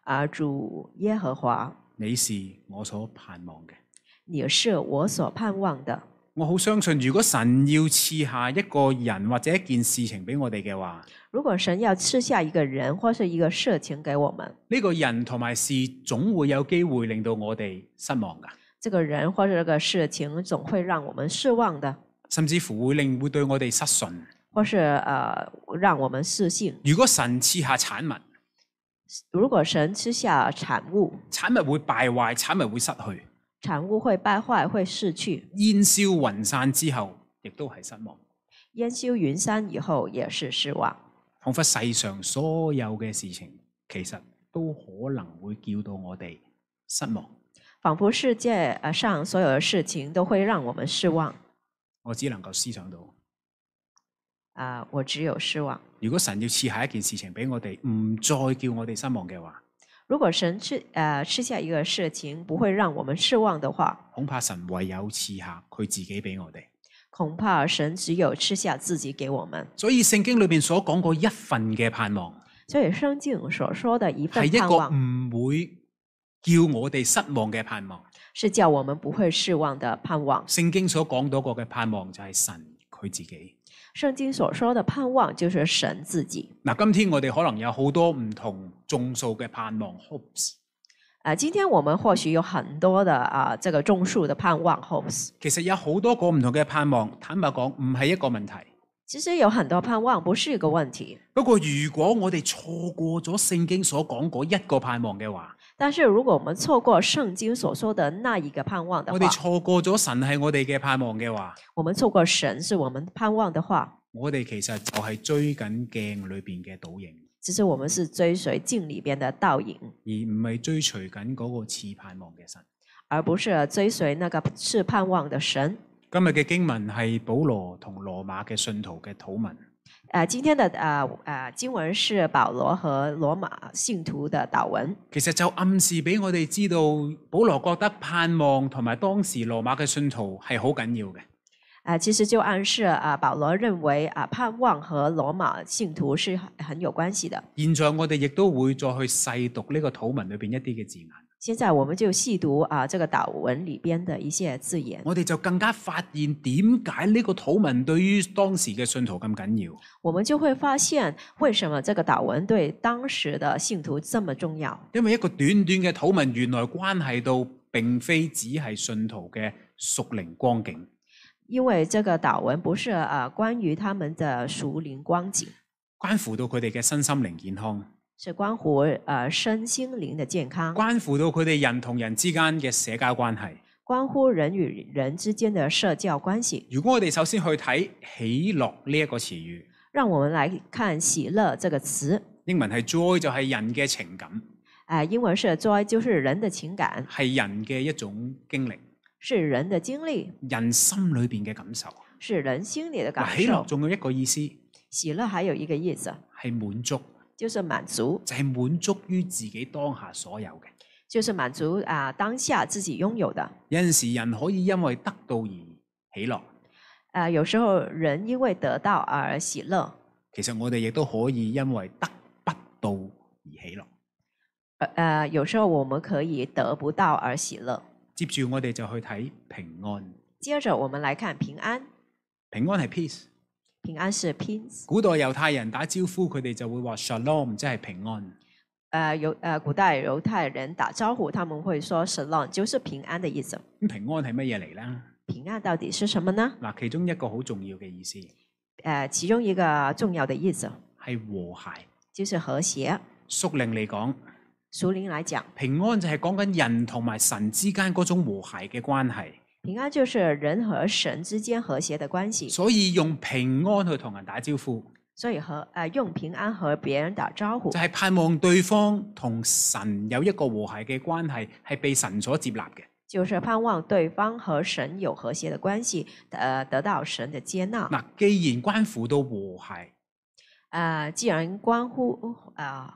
[SPEAKER 2] 啊，主耶和华，
[SPEAKER 1] 你是我所盼望嘅。
[SPEAKER 2] 你是我所盼望的。
[SPEAKER 1] 我好相信，如果神要賜下一個人或者一件事情俾我哋嘅話，
[SPEAKER 2] 如果神要赐下一个人或是一个事情给我们，
[SPEAKER 1] 呢、個人同埋事總會有機會令到我哋失望㗎，
[SPEAKER 2] 这个人或者这个事情总会让我们失望的，
[SPEAKER 1] 甚至乎會令會對我哋失信。
[SPEAKER 2] 或是呃让我们失信。
[SPEAKER 1] 如果神賜下產物，
[SPEAKER 2] 如果神赐下产物，
[SPEAKER 1] 產物會敗壞，產物會失去，
[SPEAKER 2] 产物会败坏，会逝去，
[SPEAKER 1] 煙消雲散之後，亦都係失望，
[SPEAKER 2] 烟消云散以后也是失望。
[SPEAKER 1] 彷彿世上所有嘅事情，其實都可能會叫到我哋失望。
[SPEAKER 2] 仿佛世界呃上所有的事情都会让我们失望
[SPEAKER 1] 我只能夠思想到，
[SPEAKER 2] 啊、我只有失望。
[SPEAKER 1] 如果神要賜下一件事情俾我哋，唔再叫我哋失望嘅話，
[SPEAKER 2] 如果神吃呃吃下一个事情不会让我们失望的话，
[SPEAKER 1] 恐怕神唯有賜下佢自己俾我哋。
[SPEAKER 2] 恐怕神只有吃下自己给我们。
[SPEAKER 1] 所以聖經裏面所講嗰一份嘅盼望，
[SPEAKER 2] 所以圣经所说的一
[SPEAKER 1] 係
[SPEAKER 2] 份
[SPEAKER 1] 一
[SPEAKER 2] 盼
[SPEAKER 1] 個
[SPEAKER 2] 望，
[SPEAKER 1] 唔會叫我哋失望嘅盼望。
[SPEAKER 2] 是叫我们不会失望的盼望。
[SPEAKER 1] 聖經所講到過嘅盼望就係神佢自己。
[SPEAKER 2] 圣经所说的盼望就是神自己。
[SPEAKER 1] 嗱，今天我哋可能有好多唔同眾數嘅盼望 hopes，
[SPEAKER 2] 啊、今天我们或许有很多的啊、这个种树的盼望 hopes，
[SPEAKER 1] 其實有好多個唔同嘅盼望。坦白講，唔係一個問題。
[SPEAKER 2] 其实有很多盼望不是一个问题，
[SPEAKER 1] 不過，如果我哋錯過咗聖經所講嗰一個盼望嘅話，
[SPEAKER 2] 但是如果我们错过圣经所说的那一个盼望的
[SPEAKER 1] 我
[SPEAKER 2] 话，
[SPEAKER 1] 哋錯過咗神係我哋嘅盼望嘅話，
[SPEAKER 2] 我们错过神是我们盼望的话，
[SPEAKER 1] 我哋其實就係追緊鏡裏邊嘅倒影，
[SPEAKER 2] 其实我们是追随镜里边的倒影，
[SPEAKER 1] 而唔係追隨緊嗰個次盼望嘅神。
[SPEAKER 2] 而不是追随那个是盼望的神。
[SPEAKER 1] 今日嘅經文係保羅同羅馬嘅信徒嘅禱文。
[SPEAKER 2] 呃，今天的呃呃经文是保罗和罗马信徒的祷文，
[SPEAKER 1] 其實就暗示俾我哋知道，保羅覺得盼望同埋當時羅馬嘅信徒係好緊要嘅。
[SPEAKER 2] 呃，其实就暗示啊、保罗认为啊、盼望和罗马信徒是很很有关系的。
[SPEAKER 1] 現在我哋亦都會再去細讀呢個禱文裏邊一啲嘅字眼，
[SPEAKER 2] 现在我们就细读啊、这个祷文里边的一些字眼，
[SPEAKER 1] 我哋就更加發現點解呢個禱文對於當時嘅信徒咁緊要。
[SPEAKER 2] 我们就会发现为什么这个祷文对当时的信徒这么重要。
[SPEAKER 1] 因為一個短短嘅禱文，原來關係到並非只係信徒嘅屬靈光景。
[SPEAKER 2] 因为这个祷文不是呃关于他们的属灵光景，
[SPEAKER 1] 關乎到佢哋嘅身心靈健康，
[SPEAKER 2] 是关乎呃身心灵的健康，
[SPEAKER 1] 關乎到佢哋人同人之間嘅社交關係。
[SPEAKER 2] 关乎人与人之间的社交关系。
[SPEAKER 1] 如果我哋首先去睇喜樂呢一個詞語，
[SPEAKER 2] 让我们来看“喜乐”这个词，
[SPEAKER 1] 英文係 joy 就係人嘅情感，
[SPEAKER 2] 啊、英文是 joy，就是人的情感，
[SPEAKER 1] 係人嘅一種經歷，
[SPEAKER 2] 是人的经历，
[SPEAKER 1] 人心裏邊嘅感受。
[SPEAKER 2] 是人心里的
[SPEAKER 1] 嗱，
[SPEAKER 2] 感
[SPEAKER 1] 喜樂
[SPEAKER 2] 受。
[SPEAKER 1] 仲有一個意思
[SPEAKER 2] 喜乐还有一个意思
[SPEAKER 1] 係滿足，
[SPEAKER 2] 就是满足，
[SPEAKER 1] 就係、滿足於自己當下所有嘅。
[SPEAKER 2] 就是满足啊、当下自己拥有的。
[SPEAKER 1] 有陣時人可以因為得到而喜樂，
[SPEAKER 2] 啊，有时候人因为得到而喜乐，
[SPEAKER 1] 其實我哋亦都可以因為得不到而喜樂。
[SPEAKER 2] 呃呃，有时候我们可以得不到而喜乐。
[SPEAKER 1] 接住我哋就去睇平安，
[SPEAKER 2] 接着我们来看平安，
[SPEAKER 1] 平安係 peace。
[SPEAKER 2] 平安是 peace。
[SPEAKER 1] 古代猶太人打招呼佢哋就會話 shalom，即係平安。
[SPEAKER 2] 呃，犹呃，古代犹太人打招呼，他们会说 “shalom”，就是平安的意思。
[SPEAKER 1] 咁平安係乜嘢嚟呢？
[SPEAKER 2] 平安到底是什么呢？
[SPEAKER 1] 嗱，其中一個好重要嘅意思
[SPEAKER 2] 呃，其中一个重要的意思
[SPEAKER 1] 係和諧。
[SPEAKER 2] 就是和谐。
[SPEAKER 1] 宿令嚟講，
[SPEAKER 2] 熟灵来讲，
[SPEAKER 1] 平安就係講緊人同埋神之間嗰種和諧嘅關係。
[SPEAKER 2] 平安就是人和神之间和谐的关系。
[SPEAKER 1] 所以用平安去同人打招呼，
[SPEAKER 2] 所以和呃用平安和别人打招呼
[SPEAKER 1] 就，係盼望對方同神有一個和諧嘅關係，係被神所接納嘅。
[SPEAKER 2] 就是盼望对方和神有和谐的关系，呃，得到神的接纳。
[SPEAKER 1] 嗱，既然關乎到和諧，
[SPEAKER 2] 呃，既然关乎呃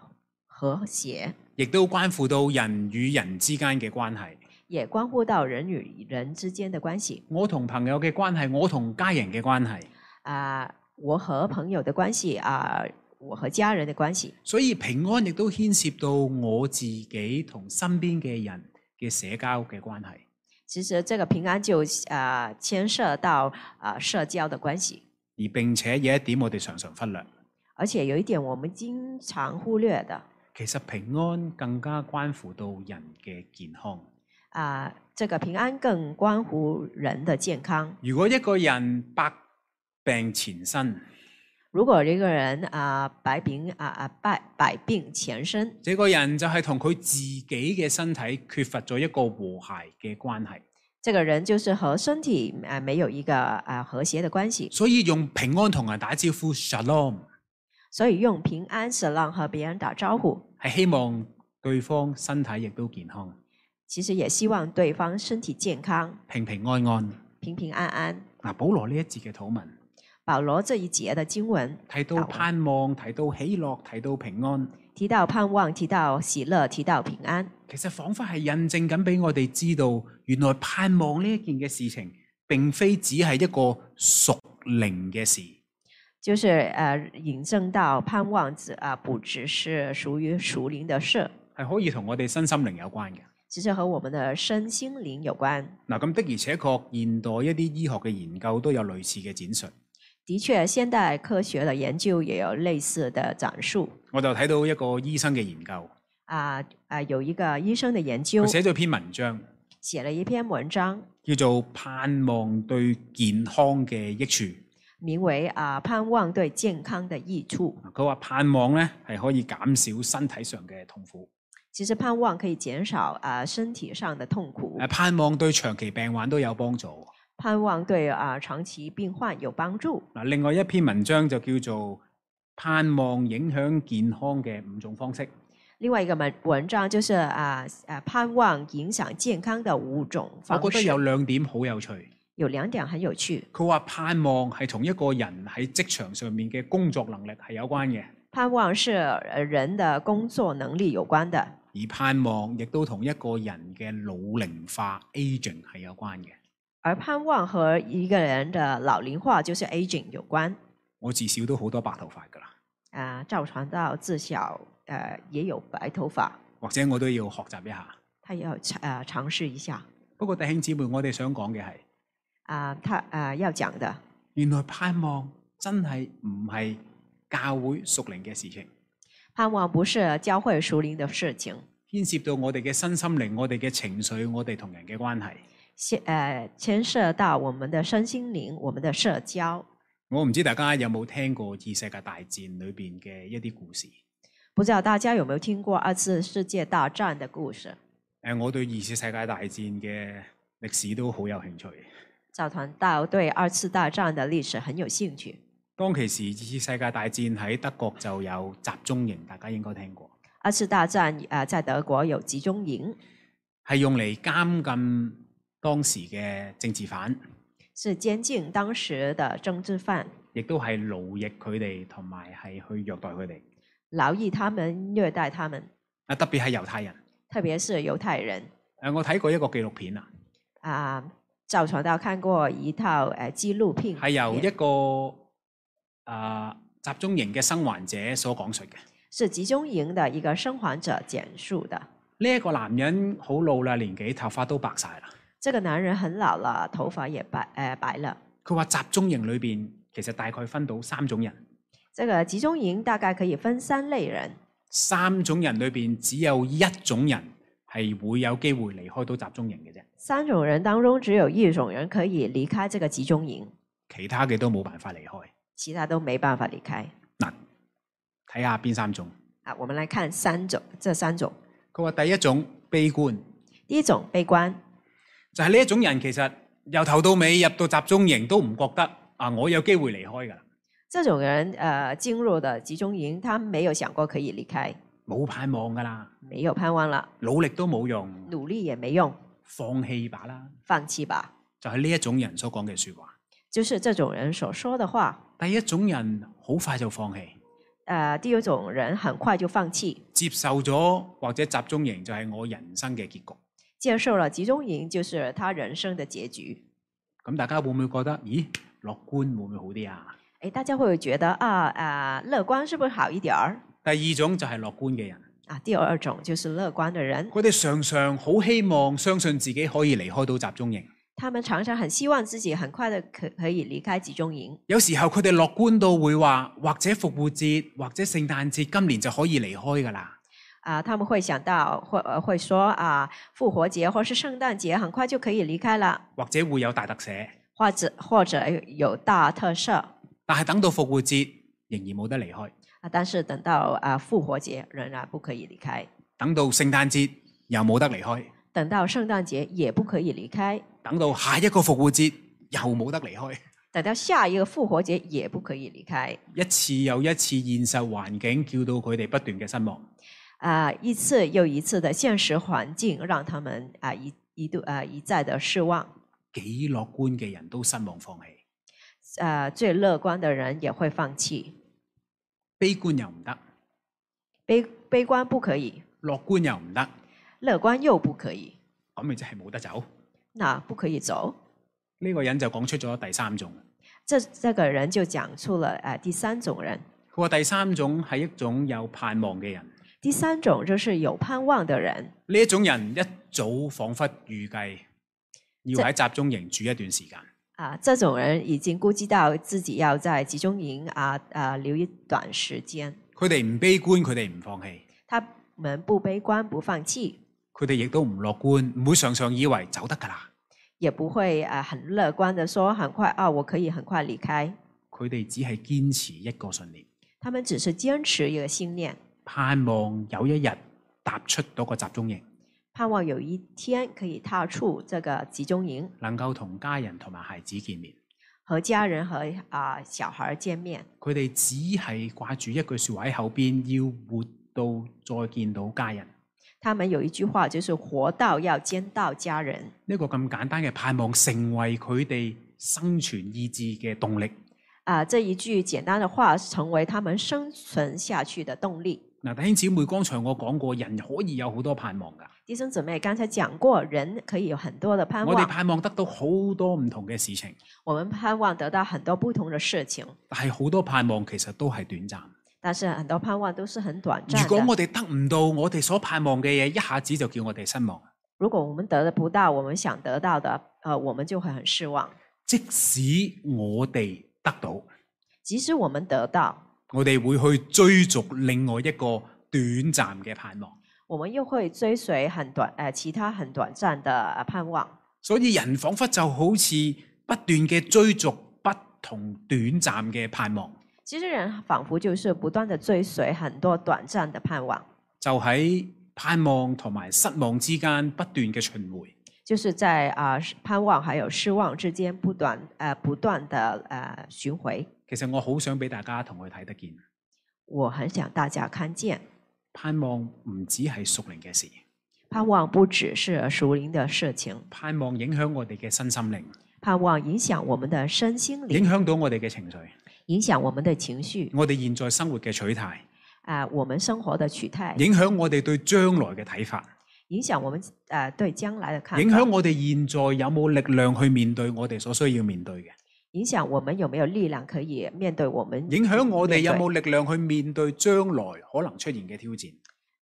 [SPEAKER 2] 和谐，
[SPEAKER 1] 亦都關乎到人與人之間嘅關係。
[SPEAKER 2] 也关乎到人与人之间的关系
[SPEAKER 1] 我同朋友嘅關係，我同家人嘅關係。
[SPEAKER 2] 啊、我和朋友的关系啊、我和家人的关系，
[SPEAKER 1] 所以平安亦都牽涉到我自己同身邊嘅人嘅社交嘅關係。
[SPEAKER 2] 其实这个平安就啊、呃牵涉到啊、社交的关系，
[SPEAKER 1] 而並且有一點我哋常常忽略，
[SPEAKER 2] 而且有一点我们经常忽略的
[SPEAKER 1] 其實平安更加關乎到人嘅健康。
[SPEAKER 2] 啊、这个平安更关乎人的健康。
[SPEAKER 1] 如果一個人百病纏身，
[SPEAKER 2] 如果一个人啊、百病啊啊百百病缠身，
[SPEAKER 1] 這個人就係同佢自己嘅身體缺乏咗一個和諧嘅關係。
[SPEAKER 2] 这个人就是和身体啊、没有一个啊、和谐的关系，
[SPEAKER 1] 所以用平安同人打招呼 shalom
[SPEAKER 2] 所以用平安是让和别人打招呼，
[SPEAKER 1] 係希望對方身體亦都健康，
[SPEAKER 2] 其实也希望对方身体健康、
[SPEAKER 1] 平平安安。
[SPEAKER 2] 平平安安。
[SPEAKER 1] 嗱，保羅呢一節嘅禱文。
[SPEAKER 2] 保罗这一节的经文
[SPEAKER 1] 提到
[SPEAKER 2] 好
[SPEAKER 1] 盼望，提到喜樂，提到平安，
[SPEAKER 2] 提到盼望，提到喜乐，提到平安，
[SPEAKER 1] 其實彷彿係印證緊俾我哋知道，原來盼望呢一件嘅事情，並非只係一個屬靈嘅事，
[SPEAKER 2] 就是呃引证到盼望只啊、不只是属于属灵的事，
[SPEAKER 1] 係可以同我哋身心靈有關嘅。
[SPEAKER 2] 其实和我们的身心灵有关。
[SPEAKER 1] 嗱，咁的而且確，現代一啲醫學嘅研究都有類似嘅展述。
[SPEAKER 2] 的确，现代科学的研究也有类似的展述。
[SPEAKER 1] 我就睇到一個醫生嘅研究，
[SPEAKER 2] 啊啊，有一个医生的研究
[SPEAKER 1] 佢寫咗篇文章，
[SPEAKER 2] 写了一篇文章，
[SPEAKER 1] 叫做《盼望對健康嘅益處》。
[SPEAKER 2] 名为啊盼望对健康的益处。
[SPEAKER 1] 啊佢話盼望呢係可以減少身體上嘅痛苦。
[SPEAKER 2] 其实盼望可以减少啊身体上的痛苦
[SPEAKER 1] 誒，啊盼望對長期病患都有幫助。
[SPEAKER 2] 盼望对啊长期病患有帮助。
[SPEAKER 1] 嗱，另外一篇文章就叫做《盼望影響健康嘅五種方式》。
[SPEAKER 2] 另外一个文文章就是啊啊盼望影响健康的五种方式，
[SPEAKER 1] 我覺得有兩點好有趣。
[SPEAKER 2] 有两点很有趣。
[SPEAKER 1] 佢話盼望係同一個人喺職場上面嘅工作能力係有關嘅，
[SPEAKER 2] 盼望是呃人的工作能力有关的，
[SPEAKER 1] 而盼望亦都同一個人嘅老齡化 aging 係有關嘅。
[SPEAKER 2] 而盼望和一个人的老龄化就是 aging 有关
[SPEAKER 1] 我至少都好多白頭髮㗎啦，
[SPEAKER 2] 啊。赵传道自小呃也有白头发，
[SPEAKER 1] 或者我都要學習一下。
[SPEAKER 2] 他也要尝呃尝试一下
[SPEAKER 1] 不過弟兄姊妹，我哋想講嘅係，
[SPEAKER 2] 啊。他啊要讲的，
[SPEAKER 1] 原來盼望真係唔係教會屬靈嘅事情。
[SPEAKER 2] 盼望不是教会熟龄的事情，
[SPEAKER 1] 牽涉到我哋嘅身心靈、我哋嘅情緒、我哋同人嘅關係。
[SPEAKER 2] 先呃牵涉到我们的身心灵、我们的社交。
[SPEAKER 1] 我唔知大家有冇聽過二世界大戰裏邊嘅一啲故事。誒、
[SPEAKER 2] 不知道大家有没有听过二次世界大战的故事？
[SPEAKER 1] 我對二次世界大戰嘅歷史都好有興趣。
[SPEAKER 2] 赵传道对二次大战的历史很有兴趣。
[SPEAKER 1] 當其時二次世界大戰喺德國就有集中營，大家應該聽過，
[SPEAKER 2] 二次大战啊、呃在德国有集中营，
[SPEAKER 1] 係用嚟監禁當時嘅政治犯，
[SPEAKER 2] 是监禁当时的政治犯，
[SPEAKER 1] 亦都係奴役佢哋同埋係去虐待佢哋。
[SPEAKER 2] 劳役他们，虐待他们，
[SPEAKER 1] 啊，特別係猶太人。
[SPEAKER 2] 特别是犹太人
[SPEAKER 1] 誒，我睇過一個紀錄片啊，
[SPEAKER 2] 啊。赵传道看过一套呃纪录片，
[SPEAKER 1] 係由一個啊、集中營嘅生還者所講述嘅。
[SPEAKER 2] 是集中营的一个生还者简述的。
[SPEAKER 1] 呢、一個男人好老啦，年紀頭髮都白晒啦。
[SPEAKER 2] 这个男人很老了，头发也白呃白了。
[SPEAKER 1] 佢話集中營裏邊其實大概分到三種人，
[SPEAKER 2] 这个集中营大概可以分三类人，
[SPEAKER 1] 三種人裏邊只有一種人係會有機會離開到集中營嘅啫，
[SPEAKER 2] 三种人当中只有一种人可以离开这个集中营，
[SPEAKER 1] 其他嘅都冇辦法離開。
[SPEAKER 2] 其他都没办法离开。
[SPEAKER 1] 睇下邊三種。
[SPEAKER 2] 啊，我们来看三种，这三种。
[SPEAKER 1] 佢話第一種悲觀，
[SPEAKER 2] 第一种悲观，
[SPEAKER 1] 就係呢一種人其實由頭到尾入到集中營都唔覺得啊，我有機會離開㗎啦，
[SPEAKER 2] 这种人呃进入的集中营，他没有想过可以离开，
[SPEAKER 1] 冇盼望㗎啦。
[SPEAKER 2] 没有盼望了，
[SPEAKER 1] 努力都冇用，
[SPEAKER 2] 努力也没用，
[SPEAKER 1] 放棄吧啦，
[SPEAKER 2] 放弃吧。
[SPEAKER 1] 就係呢一種人所講嘅説話。
[SPEAKER 2] 就是这种人所说的话。
[SPEAKER 1] 第一種人好快就放棄，
[SPEAKER 2] 呃，第二种人很快就放弃，
[SPEAKER 1] 接受咗或者集中營就係我人生嘅結局。
[SPEAKER 2] 接受了集中营就是他人生的结局。
[SPEAKER 1] 咁大家會唔會覺得，咦，樂觀會唔會好啲啊？
[SPEAKER 2] 哎，大家会觉得啊啊、乐观是不是好一点儿？
[SPEAKER 1] 第二種就係樂觀嘅人，
[SPEAKER 2] 啊，第二种就是乐观的人，
[SPEAKER 1] 佢哋常常好希望相信自己可以離開到集中營。
[SPEAKER 2] 他们常常很希望自己很快的可可以离开集中营。
[SPEAKER 1] 有時候佢哋樂觀到會話，或者復活節或者聖誕節今年就可以離開㗎啦。
[SPEAKER 2] 啊，他们会想到，会呃会说啊，复活节或是圣诞节很快就可以离开了，
[SPEAKER 1] 或者會有大特寫，
[SPEAKER 2] 或者或者有大特赦
[SPEAKER 1] 但係等到復活節仍然冇得離開。
[SPEAKER 2] 啊，但是等到啊复活节仍然不可以离开，
[SPEAKER 1] 等到聖誕節又冇得離開，
[SPEAKER 2] 等到圣诞节也不可以离开，
[SPEAKER 1] 等到下一個復活節又冇得離開，
[SPEAKER 2] 等到下一个复活节也不可以离开
[SPEAKER 1] 一次又一次現實環境叫到佢哋不斷嘅失望。
[SPEAKER 2] 啊，一次又一次的现实环境让他们啊一一度啊一再的失望，
[SPEAKER 1] 幾樂觀嘅人都失望放棄，
[SPEAKER 2] 啊，最乐观的人也会放弃，
[SPEAKER 1] 悲觀又唔得，
[SPEAKER 2] 悲悲观不可以，
[SPEAKER 1] 樂觀又唔得，
[SPEAKER 2] 乐观又不可以，
[SPEAKER 1] 咁咪就係冇得走。
[SPEAKER 2] 那不可以走。
[SPEAKER 1] 呢、個人就講出咗第三種。
[SPEAKER 2] 这这个人就讲出了呃第三种人，
[SPEAKER 1] 佢話第三種係一種有盼望嘅人，
[SPEAKER 2] 第三種就是有盼望的人。
[SPEAKER 1] 呢一種人一早彷彿預計要喺集中營住一段時間，
[SPEAKER 2] 啊，这种人已经估计到自己要在集中营啊啊留一段时间，
[SPEAKER 1] 佢哋唔悲觀，佢哋唔放棄。
[SPEAKER 2] 他们不悲观，不放弃，
[SPEAKER 1] 佢哋亦都唔樂觀，唔會常常以為走得㗎啦。
[SPEAKER 2] 也不会啊很乐观的说很快啊我可以很快离开。
[SPEAKER 1] 佢哋只係堅持一個信念，
[SPEAKER 2] 他们只是坚持一个信念，
[SPEAKER 1] 盼望有一日踏出到個集中營，
[SPEAKER 2] 盼望有一天可以踏出这个集中营，
[SPEAKER 1] 能夠同家人同埋孩子見面。
[SPEAKER 2] 和家人和啊、小孩见面。
[SPEAKER 1] 佢哋只係掛住一句説話喺後邊，要活到再見到家人。
[SPEAKER 2] 他们有一句话就是活到要见到家人。
[SPEAKER 1] 呢、個咁簡單嘅盼望，成為佢哋生存意志嘅動力。
[SPEAKER 2] 啊，这一句简单的话成为他们生存下去的动力。
[SPEAKER 1] 嗱，弟兄姊妹，剛才我講過，人可以有好多盼望㗎。
[SPEAKER 2] 弟兄姊妹，刚才讲过，人可以有很多的盼
[SPEAKER 1] 我哋
[SPEAKER 2] 望，
[SPEAKER 1] 盼望得到好多唔同嘅事情，
[SPEAKER 2] 我们盼望得到很多不同的事情，
[SPEAKER 1] 但係好多盼望其實都係短暫。
[SPEAKER 2] 但是很多盼望都是很短
[SPEAKER 1] 如
[SPEAKER 2] 暂
[SPEAKER 1] 果
[SPEAKER 2] 的。
[SPEAKER 1] 我哋得唔到我哋所盼望嘅嘢，一下子就叫我哋失望。
[SPEAKER 2] 如果我们得不到我们想得到的，呃，我们就会很失望。
[SPEAKER 1] 即使我哋得到，
[SPEAKER 2] 即使我们得到，
[SPEAKER 1] 我哋會去追逐另外一個短暫嘅盼望。
[SPEAKER 2] 我们又会追随很短呃其他很短暂的呃盼望。
[SPEAKER 1] 所以人彷彿就好似不斷嘅追逐不同短暫嘅盼望，
[SPEAKER 2] 其实人仿佛就是不断的追随很多短暂的盼望，
[SPEAKER 1] 就喺盼望同埋失望之間不斷嘅循環。
[SPEAKER 2] 就是在啊、呃、是盼望还有失望之间不断呃不断的呃巡回。
[SPEAKER 1] 其實我好想俾大家同佢睇得見，
[SPEAKER 2] 我很想大家看见，
[SPEAKER 1] 盼望唔止係屬靈嘅事，
[SPEAKER 2] 盼望不只是属灵的事情，
[SPEAKER 1] 盼望影響我哋嘅身心靈，
[SPEAKER 2] 盼望影响我们的身心
[SPEAKER 1] 影
[SPEAKER 2] 灵，
[SPEAKER 1] 響到我哋嘅情緒，
[SPEAKER 2] 影响我们的情绪，
[SPEAKER 1] 我哋現在生活嘅取態，
[SPEAKER 2] 啊、我们生活的取态，
[SPEAKER 1] 影響我哋對將來嘅睇法，
[SPEAKER 2] 影响我们啊对将来的看法，
[SPEAKER 1] 影響我哋現在有冇力量去面對我哋所需要面對嘅，
[SPEAKER 2] 影响我们有没有力量可以面对我们
[SPEAKER 1] 影響我哋
[SPEAKER 2] 面
[SPEAKER 1] 有
[SPEAKER 2] 对
[SPEAKER 1] 冇力量去面對將來可能出現嘅挑戰。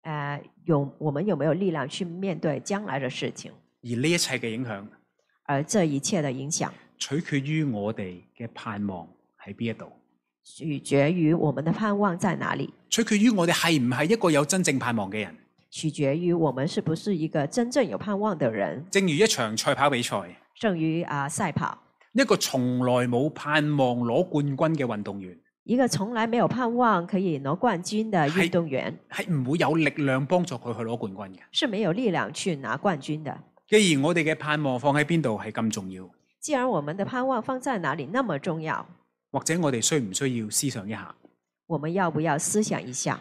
[SPEAKER 2] 呃，有我们有没有力量去面对将来的事情？
[SPEAKER 1] 而呢一切嘅影響，
[SPEAKER 2] 而这一切的影响，
[SPEAKER 1] 取決於我哋嘅盼望喺邊一度，
[SPEAKER 2] 取决于我们的盼望在哪里，
[SPEAKER 1] 取決於我哋係唔係一個有真正盼望嘅人。
[SPEAKER 2] 取决于我们是不是一个真正有盼望的人。
[SPEAKER 1] 正如一場賽跑比賽，
[SPEAKER 2] 正于啊、赛跑，
[SPEAKER 1] 一個從來冇盼望攞冠軍嘅運動員，
[SPEAKER 2] 一个从来没有盼望可以拿冠军的
[SPEAKER 1] 是
[SPEAKER 2] 运动员
[SPEAKER 1] 係唔會有力量幫助佢去攞冠軍嘅。
[SPEAKER 2] 是没有力量去拿冠军的。
[SPEAKER 1] 既然我哋嘅盼望放喺邊度係咁重要，
[SPEAKER 2] 既然我们的盼望放在哪里那么重要，
[SPEAKER 1] 或者我哋需唔需要思想一下，
[SPEAKER 2] 我们要不要思想一下，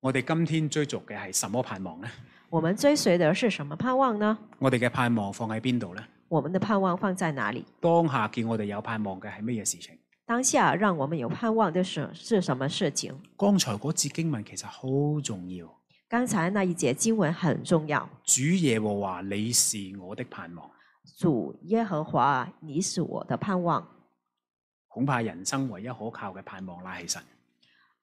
[SPEAKER 1] 我哋今天追逐嘅係什麼盼望呢？
[SPEAKER 2] 我们追随的是什么盼望呢？
[SPEAKER 1] 我哋嘅盼望放喺邊度呢？
[SPEAKER 2] 我们的盼望放在哪里？
[SPEAKER 1] 當下見我哋有盼望嘅係乜嘢事情？
[SPEAKER 2] 当下让我们有盼望的是是什么事情？
[SPEAKER 1] 剛才嗰節經文其實好重要。
[SPEAKER 2] 刚才那一节经文很重要。
[SPEAKER 1] 主耶和華，你是我的盼望。
[SPEAKER 2] 主耶和华，你是我的盼望。
[SPEAKER 1] 恐怕人生唯一可靠嘅盼望乃係神，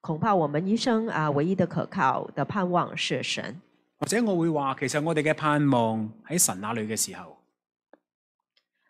[SPEAKER 2] 恐怕我们一生啊，唯一的可靠的盼望是神。
[SPEAKER 1] 或者我會話，其實我哋嘅盼望喺神那裏嘅時候，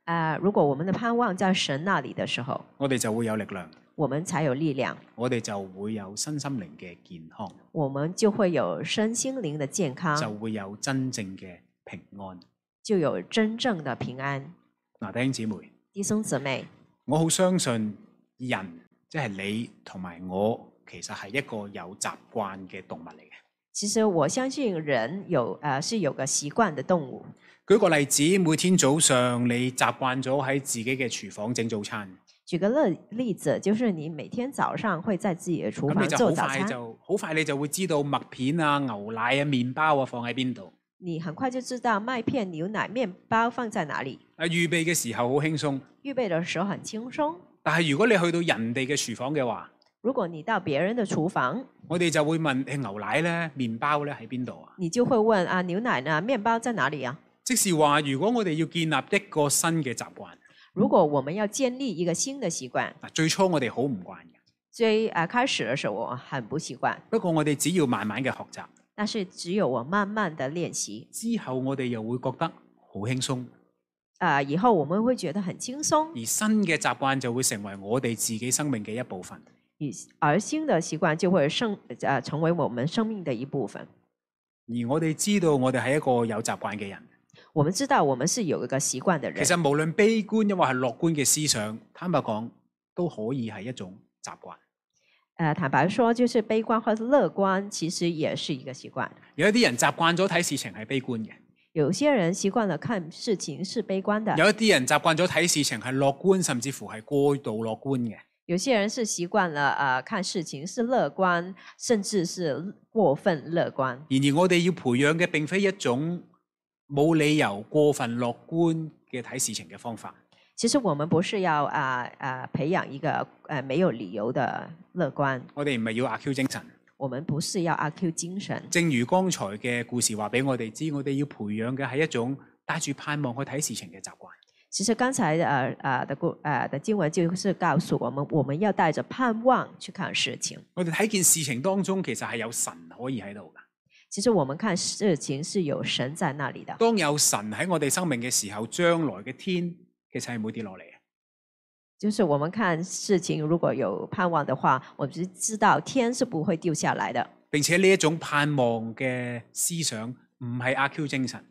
[SPEAKER 2] 啊，如果我们的盼望在神那里的时候，
[SPEAKER 1] 我哋就會有力量，
[SPEAKER 2] 我们才有力量，
[SPEAKER 1] 我哋就會有身心靈嘅健康，
[SPEAKER 2] 我们就会有身心灵的健康，
[SPEAKER 1] 就會有真正嘅平安。
[SPEAKER 2] 就有真正的平安。
[SPEAKER 1] 嗱，弟兄姊妹，
[SPEAKER 2] 弟兄姊妹，
[SPEAKER 1] 我好相信人，即係你同埋我，其實係一個有習慣嘅動物嚟嘅。
[SPEAKER 2] 其实我相信人有呃是有个习惯的动物。
[SPEAKER 1] 舉個例子，每天早上你習慣咗喺自己嘅廚房整早餐，
[SPEAKER 2] 举个例例子，就是你每天早上会在自己的厨
[SPEAKER 1] 咁
[SPEAKER 2] 房
[SPEAKER 1] 你就
[SPEAKER 2] 做
[SPEAKER 1] 好
[SPEAKER 2] 早
[SPEAKER 1] 快
[SPEAKER 2] 餐，
[SPEAKER 1] 就好快你就會知道麥片啊、牛奶啊、麵包啊放喺邊度。
[SPEAKER 2] 你很快就知道麦片、牛奶、面包放在哪里。
[SPEAKER 1] 啊，預備嘅時候好輕鬆，
[SPEAKER 2] 预备的时候很轻松。
[SPEAKER 1] 但係如果你去到人哋嘅廚房嘅話，
[SPEAKER 2] 如果你到别人的厨房，
[SPEAKER 1] 我哋就會問：誒、牛奶咧、麵包咧喺邊度啊？
[SPEAKER 2] 你就会问啊，牛奶呢？面包在哪里啊呀、
[SPEAKER 1] 即是話，如果我哋要建立一個新嘅習慣，
[SPEAKER 2] 如果我们要建立一个新的习惯，
[SPEAKER 1] 嗱，最初我哋好唔慣嘅，
[SPEAKER 2] 最啊开始的时候我很不习惯，
[SPEAKER 1] 不過我哋只要慢慢嘅學習，
[SPEAKER 2] 但是只有我慢慢的练习
[SPEAKER 1] 之後我哋又會覺得好輕鬆，
[SPEAKER 2] 啊、以后我们会觉得很轻松，
[SPEAKER 1] 而新嘅習慣就會成為我哋自己生命嘅一部分。
[SPEAKER 2] 以而新的习惯就会生呃成为我们生命的一部分。
[SPEAKER 1] 而我哋知道我哋係一個有習慣嘅人。
[SPEAKER 2] 我们知道我們是有一个习惯的
[SPEAKER 1] 其
[SPEAKER 2] 人，
[SPEAKER 1] 實無論悲觀抑或係樂觀嘅思想，坦白講都可以係一種習慣。
[SPEAKER 2] 呃，坦白说，就是悲观或是乐观，其实也是一个习惯。
[SPEAKER 1] 有一啲人習慣咗睇事情係悲觀嘅，
[SPEAKER 2] 有些人习惯了看事情是悲观的，
[SPEAKER 1] 有一啲人習慣咗睇事情係樂觀，甚至乎係過度樂觀嘅。
[SPEAKER 2] 有些人是习惯了呃看事情是乐观，甚至是过分乐观。
[SPEAKER 1] 然而我哋要培養嘅並非一種冇理由過分樂觀嘅睇事情嘅方法，
[SPEAKER 2] 其实我们不是要啊啊、培养一个呃没有理由的乐观，
[SPEAKER 1] 我哋唔係要阿 Q 精神。
[SPEAKER 2] 我们不是要阿 Q 精神。
[SPEAKER 1] 正如剛才嘅故事話俾我哋知，我哋要培養嘅係一種帶住盼望去睇事情嘅習慣。
[SPEAKER 2] 其实刚才呃呃的故呃的经文就是告诉我们，我们要带着盼望去看事情。
[SPEAKER 1] 我哋睇件事情當中，其實係有神可以喺度㗎。
[SPEAKER 2] 其实我们看事情是有神在那里的。
[SPEAKER 1] 當有神喺我哋生命嘅時候，將來嘅天其實係唔會跌落嚟嘅。
[SPEAKER 2] 就是我们看事情如果有盼望的话，我们是知道天是不会掉下来的。
[SPEAKER 1] 並且呢一種盼望嘅思想唔係阿 Q 精神，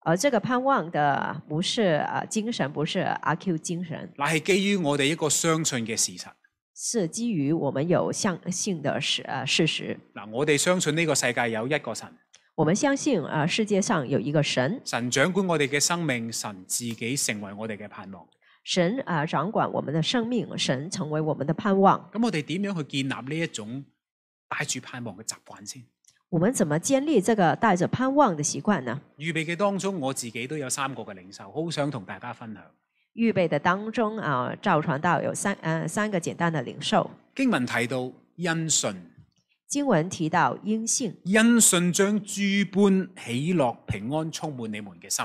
[SPEAKER 2] 而这个盼望的不是呃精神，不是阿 Q 精神，
[SPEAKER 1] 乃係基於我哋一個相信嘅事實。
[SPEAKER 2] 是基于我们有相信的事呃事实。
[SPEAKER 1] 嗱，我哋相信呢個世界有一個神，
[SPEAKER 2] 我们相信呃世界上有一个神，
[SPEAKER 1] 神掌管我哋嘅生命，神自己成為我哋嘅盼望。
[SPEAKER 2] 神啊、掌管我们的生命，神成为我们的盼望。
[SPEAKER 1] 咁我哋點樣去建立呢一種帶住盼望嘅習慣先？
[SPEAKER 2] 我们怎么建立这个带着盼望的习惯呢？
[SPEAKER 1] 預備嘅當中，我自己都有三個嘅領受，好想同大家分享。
[SPEAKER 2] 预备的当中啊，赵传道有三呃三个简单的领受。
[SPEAKER 1] 經文提到因信，
[SPEAKER 2] 经文提到因信，
[SPEAKER 1] 因信將諸般喜樂平安充滿你們嘅心。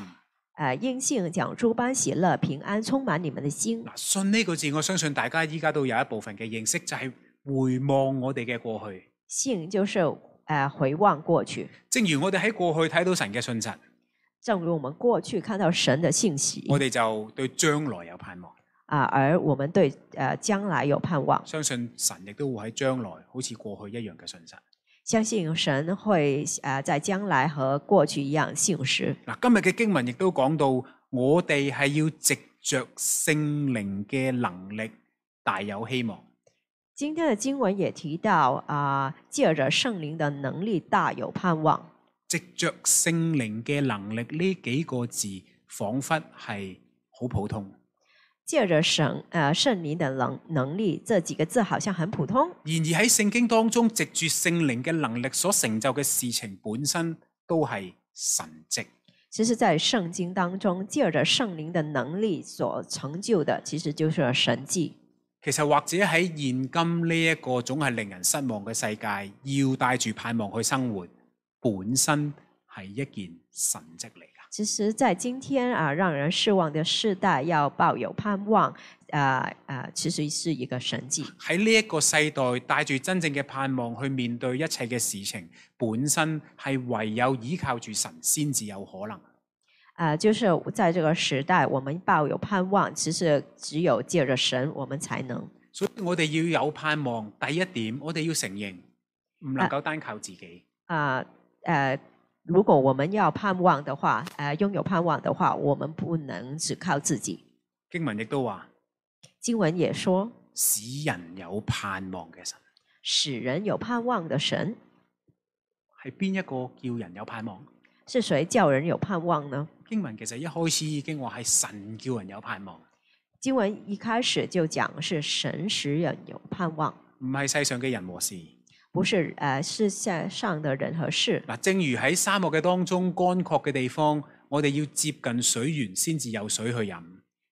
[SPEAKER 2] 呃，因信讲诸般喜乐平安充满你们的心。
[SPEAKER 1] 嗱，信呢個字，我相信大家依家都有一部分嘅認識，就係回望我哋嘅過去。
[SPEAKER 2] 信就是呃回望过去，
[SPEAKER 1] 正如我哋喺過去睇到神嘅信實，
[SPEAKER 2] 正如我们过去看到神的信息
[SPEAKER 1] 我哋就對將來有盼望。
[SPEAKER 2] 啊、而我们对呃将来有盼望，
[SPEAKER 1] 相信神亦都會喺將來好似過去一樣嘅信實。
[SPEAKER 2] 相信神会呃在将来和过去一样信实。
[SPEAKER 1] 嗱，今日嘅經文亦都講到，我哋係要藉着聖靈嘅能力，大有希望。
[SPEAKER 2] 今天的经文也提到啊、借着圣灵的能力大有盼望。
[SPEAKER 1] 藉着聖靈嘅能力呢幾個字，彷彿係好普通，
[SPEAKER 2] 借着神呃圣灵的能能力这几个字好像很普通，
[SPEAKER 1] 然而喺聖經當中，藉住聖靈嘅能力所成就嘅事情本身都係神蹟。
[SPEAKER 2] 其实，在圣经当中，借着圣灵的能力所成就的，其实就是神迹。
[SPEAKER 1] 其實或者喺現今呢一個總係令人失望嘅世界，要帶住盼望去生活，本身係一件神蹟嚟㗎。
[SPEAKER 2] 其实，在今天啊，让人失望的世代，要抱有盼望，啊、啊、其实是一个神迹。
[SPEAKER 1] 喺呢一個世代帶住真正嘅盼望去面對一切嘅事情，本身係唯有依靠住神先至有可能。
[SPEAKER 2] 啊、就是在这个时代，我们抱有盼望，其实只有借着神，我们才能。
[SPEAKER 1] 所以我哋要有盼望。第一點，我哋要承認唔能夠單靠自己。
[SPEAKER 2] 啊、呃，如果我们要盼望的话，呃，拥有盼望的话，我们不能只靠自己。
[SPEAKER 1] 經文亦都話：
[SPEAKER 2] 经文也说，
[SPEAKER 1] 使人有盼望嘅神
[SPEAKER 2] 使人有盼望的神
[SPEAKER 1] 係邊一個叫人有盼望？
[SPEAKER 2] 是谁叫人有盼望呢？
[SPEAKER 1] 經文其實一開始已經話係神叫人有盼望，
[SPEAKER 2] 经文一开始就讲是神使人有盼望，
[SPEAKER 1] 唔係世上嘅人和事。
[SPEAKER 2] 不是呃世界上的人和事。
[SPEAKER 1] 嗱，正如喺沙漠嘅當中乾涸嘅地方，我哋要接近水源先至有水去飲。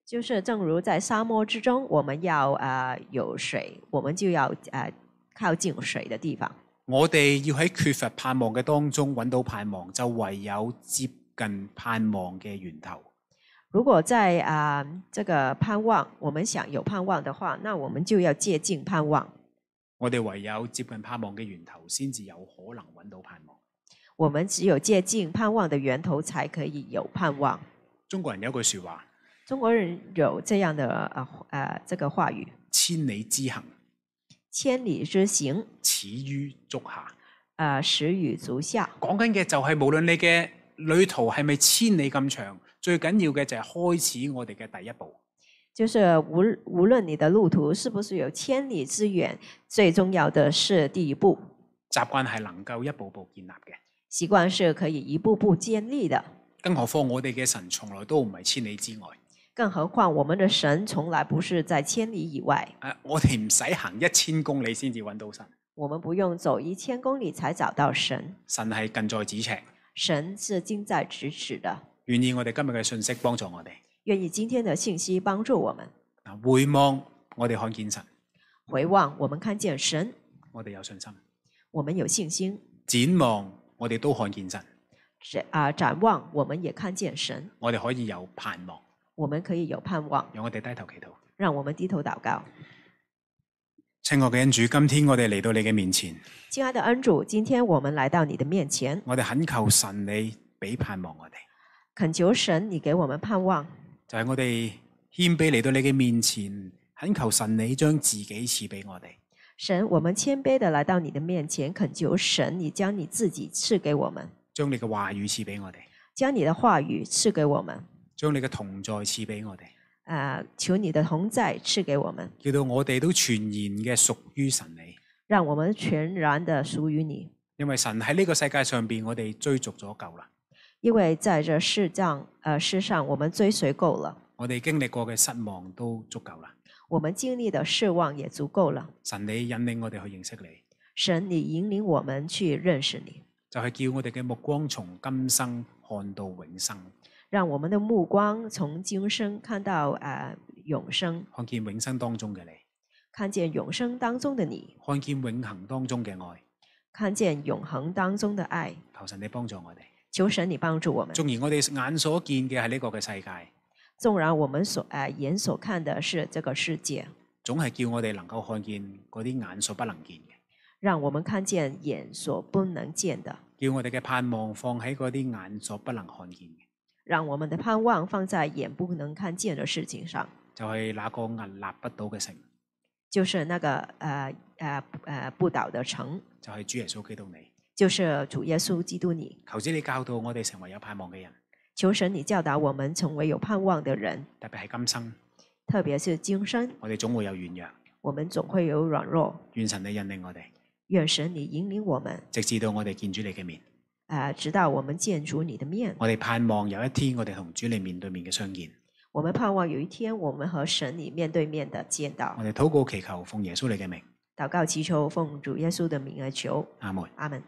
[SPEAKER 2] 就是正如在沙漠之中，我们要呃有水，我们就要呃靠近水的地方。
[SPEAKER 1] 我哋要喺缺乏盼望嘅當中揾到盼望，就唯有接近盼望嘅源頭。
[SPEAKER 2] 如果在啊、呃这个盼望，我们想有盼望的话，那我们就要接近盼望。
[SPEAKER 1] 我哋唯有接近盼望嘅源頭，先至有可能揾到盼望。
[SPEAKER 2] 我们只有接近盼望的源头，才可以有盼望。
[SPEAKER 1] 中國人有一句说話：
[SPEAKER 2] 中国人有这样的呃呃这个话语：
[SPEAKER 1] 千里之行，
[SPEAKER 2] 千里之行，
[SPEAKER 1] 始於足下。
[SPEAKER 2] 呃，始于足下。
[SPEAKER 1] 講緊嘅就係無論你嘅旅途係咪千里咁長，最緊要嘅就係開始我哋嘅第一步。
[SPEAKER 2] 就是无无论你的路途是不是有千里之远，最重要的是第一步。
[SPEAKER 1] 習慣係能夠一步步建立嘅。
[SPEAKER 2] 习惯是可以一步步建立的，
[SPEAKER 1] 更何況我哋嘅神從來都唔係千里之外。
[SPEAKER 2] 更何况我们的神从来不是在千里以外，
[SPEAKER 1] 誒，啊我哋唔使行一千公里先至揾到神，
[SPEAKER 2] 我们不用走一千公里才找到神，
[SPEAKER 1] 神係近在咫尺。
[SPEAKER 2] 神是近在咫尺的。
[SPEAKER 1] 願意我哋今日嘅信息幫助我哋。
[SPEAKER 2] 愿意今天的信息帮助我们
[SPEAKER 1] 嗱，回望我哋看見神，
[SPEAKER 2] 回望，我们看见神，
[SPEAKER 1] 我哋有信心；
[SPEAKER 2] 我们有信心；
[SPEAKER 1] 展望我哋都看見神，
[SPEAKER 2] 展啊、展望，我们也看见神，
[SPEAKER 1] 我哋可以有盼望。
[SPEAKER 2] 我们可以有盼望。
[SPEAKER 1] 讓我哋低頭祈禱。
[SPEAKER 2] 让我们低头祷告，
[SPEAKER 1] 親愛嘅恩主，今天我哋嚟到你嘅面前，
[SPEAKER 2] 亲爱的恩主，今天我们来到你的面前，
[SPEAKER 1] 我哋懇求神你俾盼望我哋，
[SPEAKER 2] 恳求神你给我们盼望，
[SPEAKER 1] 就係我哋謙卑嚟到你嘅面前，懇求神你將自己賜俾我哋。
[SPEAKER 2] 神，我们谦卑的来到你的面前，恳求神，你将你自己赐给我们，
[SPEAKER 1] 將你嘅話語賜俾我哋，
[SPEAKER 2] 将你的话语赐给我们，
[SPEAKER 1] 將你嘅同在賜俾我哋，
[SPEAKER 2] 啊、求你的同在赐给我们，
[SPEAKER 1] 叫到我哋都全然嘅屬於神你。
[SPEAKER 2] 让我們全然的屬於你，
[SPEAKER 1] 因為神喺呢個世界上邊，我哋追逐咗夠啦，
[SPEAKER 2] 因为在这世上，呃，世上我们追随够了，
[SPEAKER 1] 我哋經歷過嘅失望都足夠啦。
[SPEAKER 2] 我们经历的失望也足够了。
[SPEAKER 1] 神你引領我哋去認識你，
[SPEAKER 2] 神，你引领我们去认识你，
[SPEAKER 1] 就係、叫我哋嘅目光從今生看到永生，
[SPEAKER 2] 让我们的目光从今生看到呃永生，
[SPEAKER 1] 看見永生當中嘅你，
[SPEAKER 2] 看见永生当中的你，
[SPEAKER 1] 看見永恆當中嘅愛。
[SPEAKER 2] 看见永恒当中的爱。
[SPEAKER 1] 求神你幫助我哋。
[SPEAKER 2] 求神你帮助我们。
[SPEAKER 1] 縱然我哋眼所見嘅係呢個嘅世界，
[SPEAKER 2] 纵然我们所呃眼所看的是这个世界，
[SPEAKER 1] 總係叫我哋能夠看見嗰啲眼所不能見嘅，
[SPEAKER 2] 让我们看见眼所不能见的，
[SPEAKER 1] 叫我哋嘅盼望放喺嗰啲眼所不能看見嘅，
[SPEAKER 2] 让我们的盼望放在眼不能看见的事情上，
[SPEAKER 1] 就係、那個屹立不倒嘅城，
[SPEAKER 2] 就是那个呃呃呃不倒的城，
[SPEAKER 1] 就係、主耶穌基督你。
[SPEAKER 2] 就是主耶稣基督你。
[SPEAKER 1] 求主你教導我哋成為有盼望嘅人，
[SPEAKER 2] 求神你教导我们成为有盼望的人，
[SPEAKER 1] 特別係今生，
[SPEAKER 2] 特别是今生，
[SPEAKER 1] 我哋總會有軟弱。
[SPEAKER 2] 我们总会有软弱。
[SPEAKER 1] 願神你引領我哋，
[SPEAKER 2] 愿神你引领我们，
[SPEAKER 1] 直至到我哋見主你嘅面。
[SPEAKER 2] 呃，直到我们见主你的面。
[SPEAKER 1] 我哋盼望有一天我哋同主你面對面嘅相見。
[SPEAKER 2] 我们盼望有一天我们和神你面对面的见到
[SPEAKER 1] 嗯我。哋禱告祈求，奉耶穌你嘅名，
[SPEAKER 2] 祷告祈求，奉主耶稣的名而求，
[SPEAKER 1] 阿門。
[SPEAKER 2] 阿门。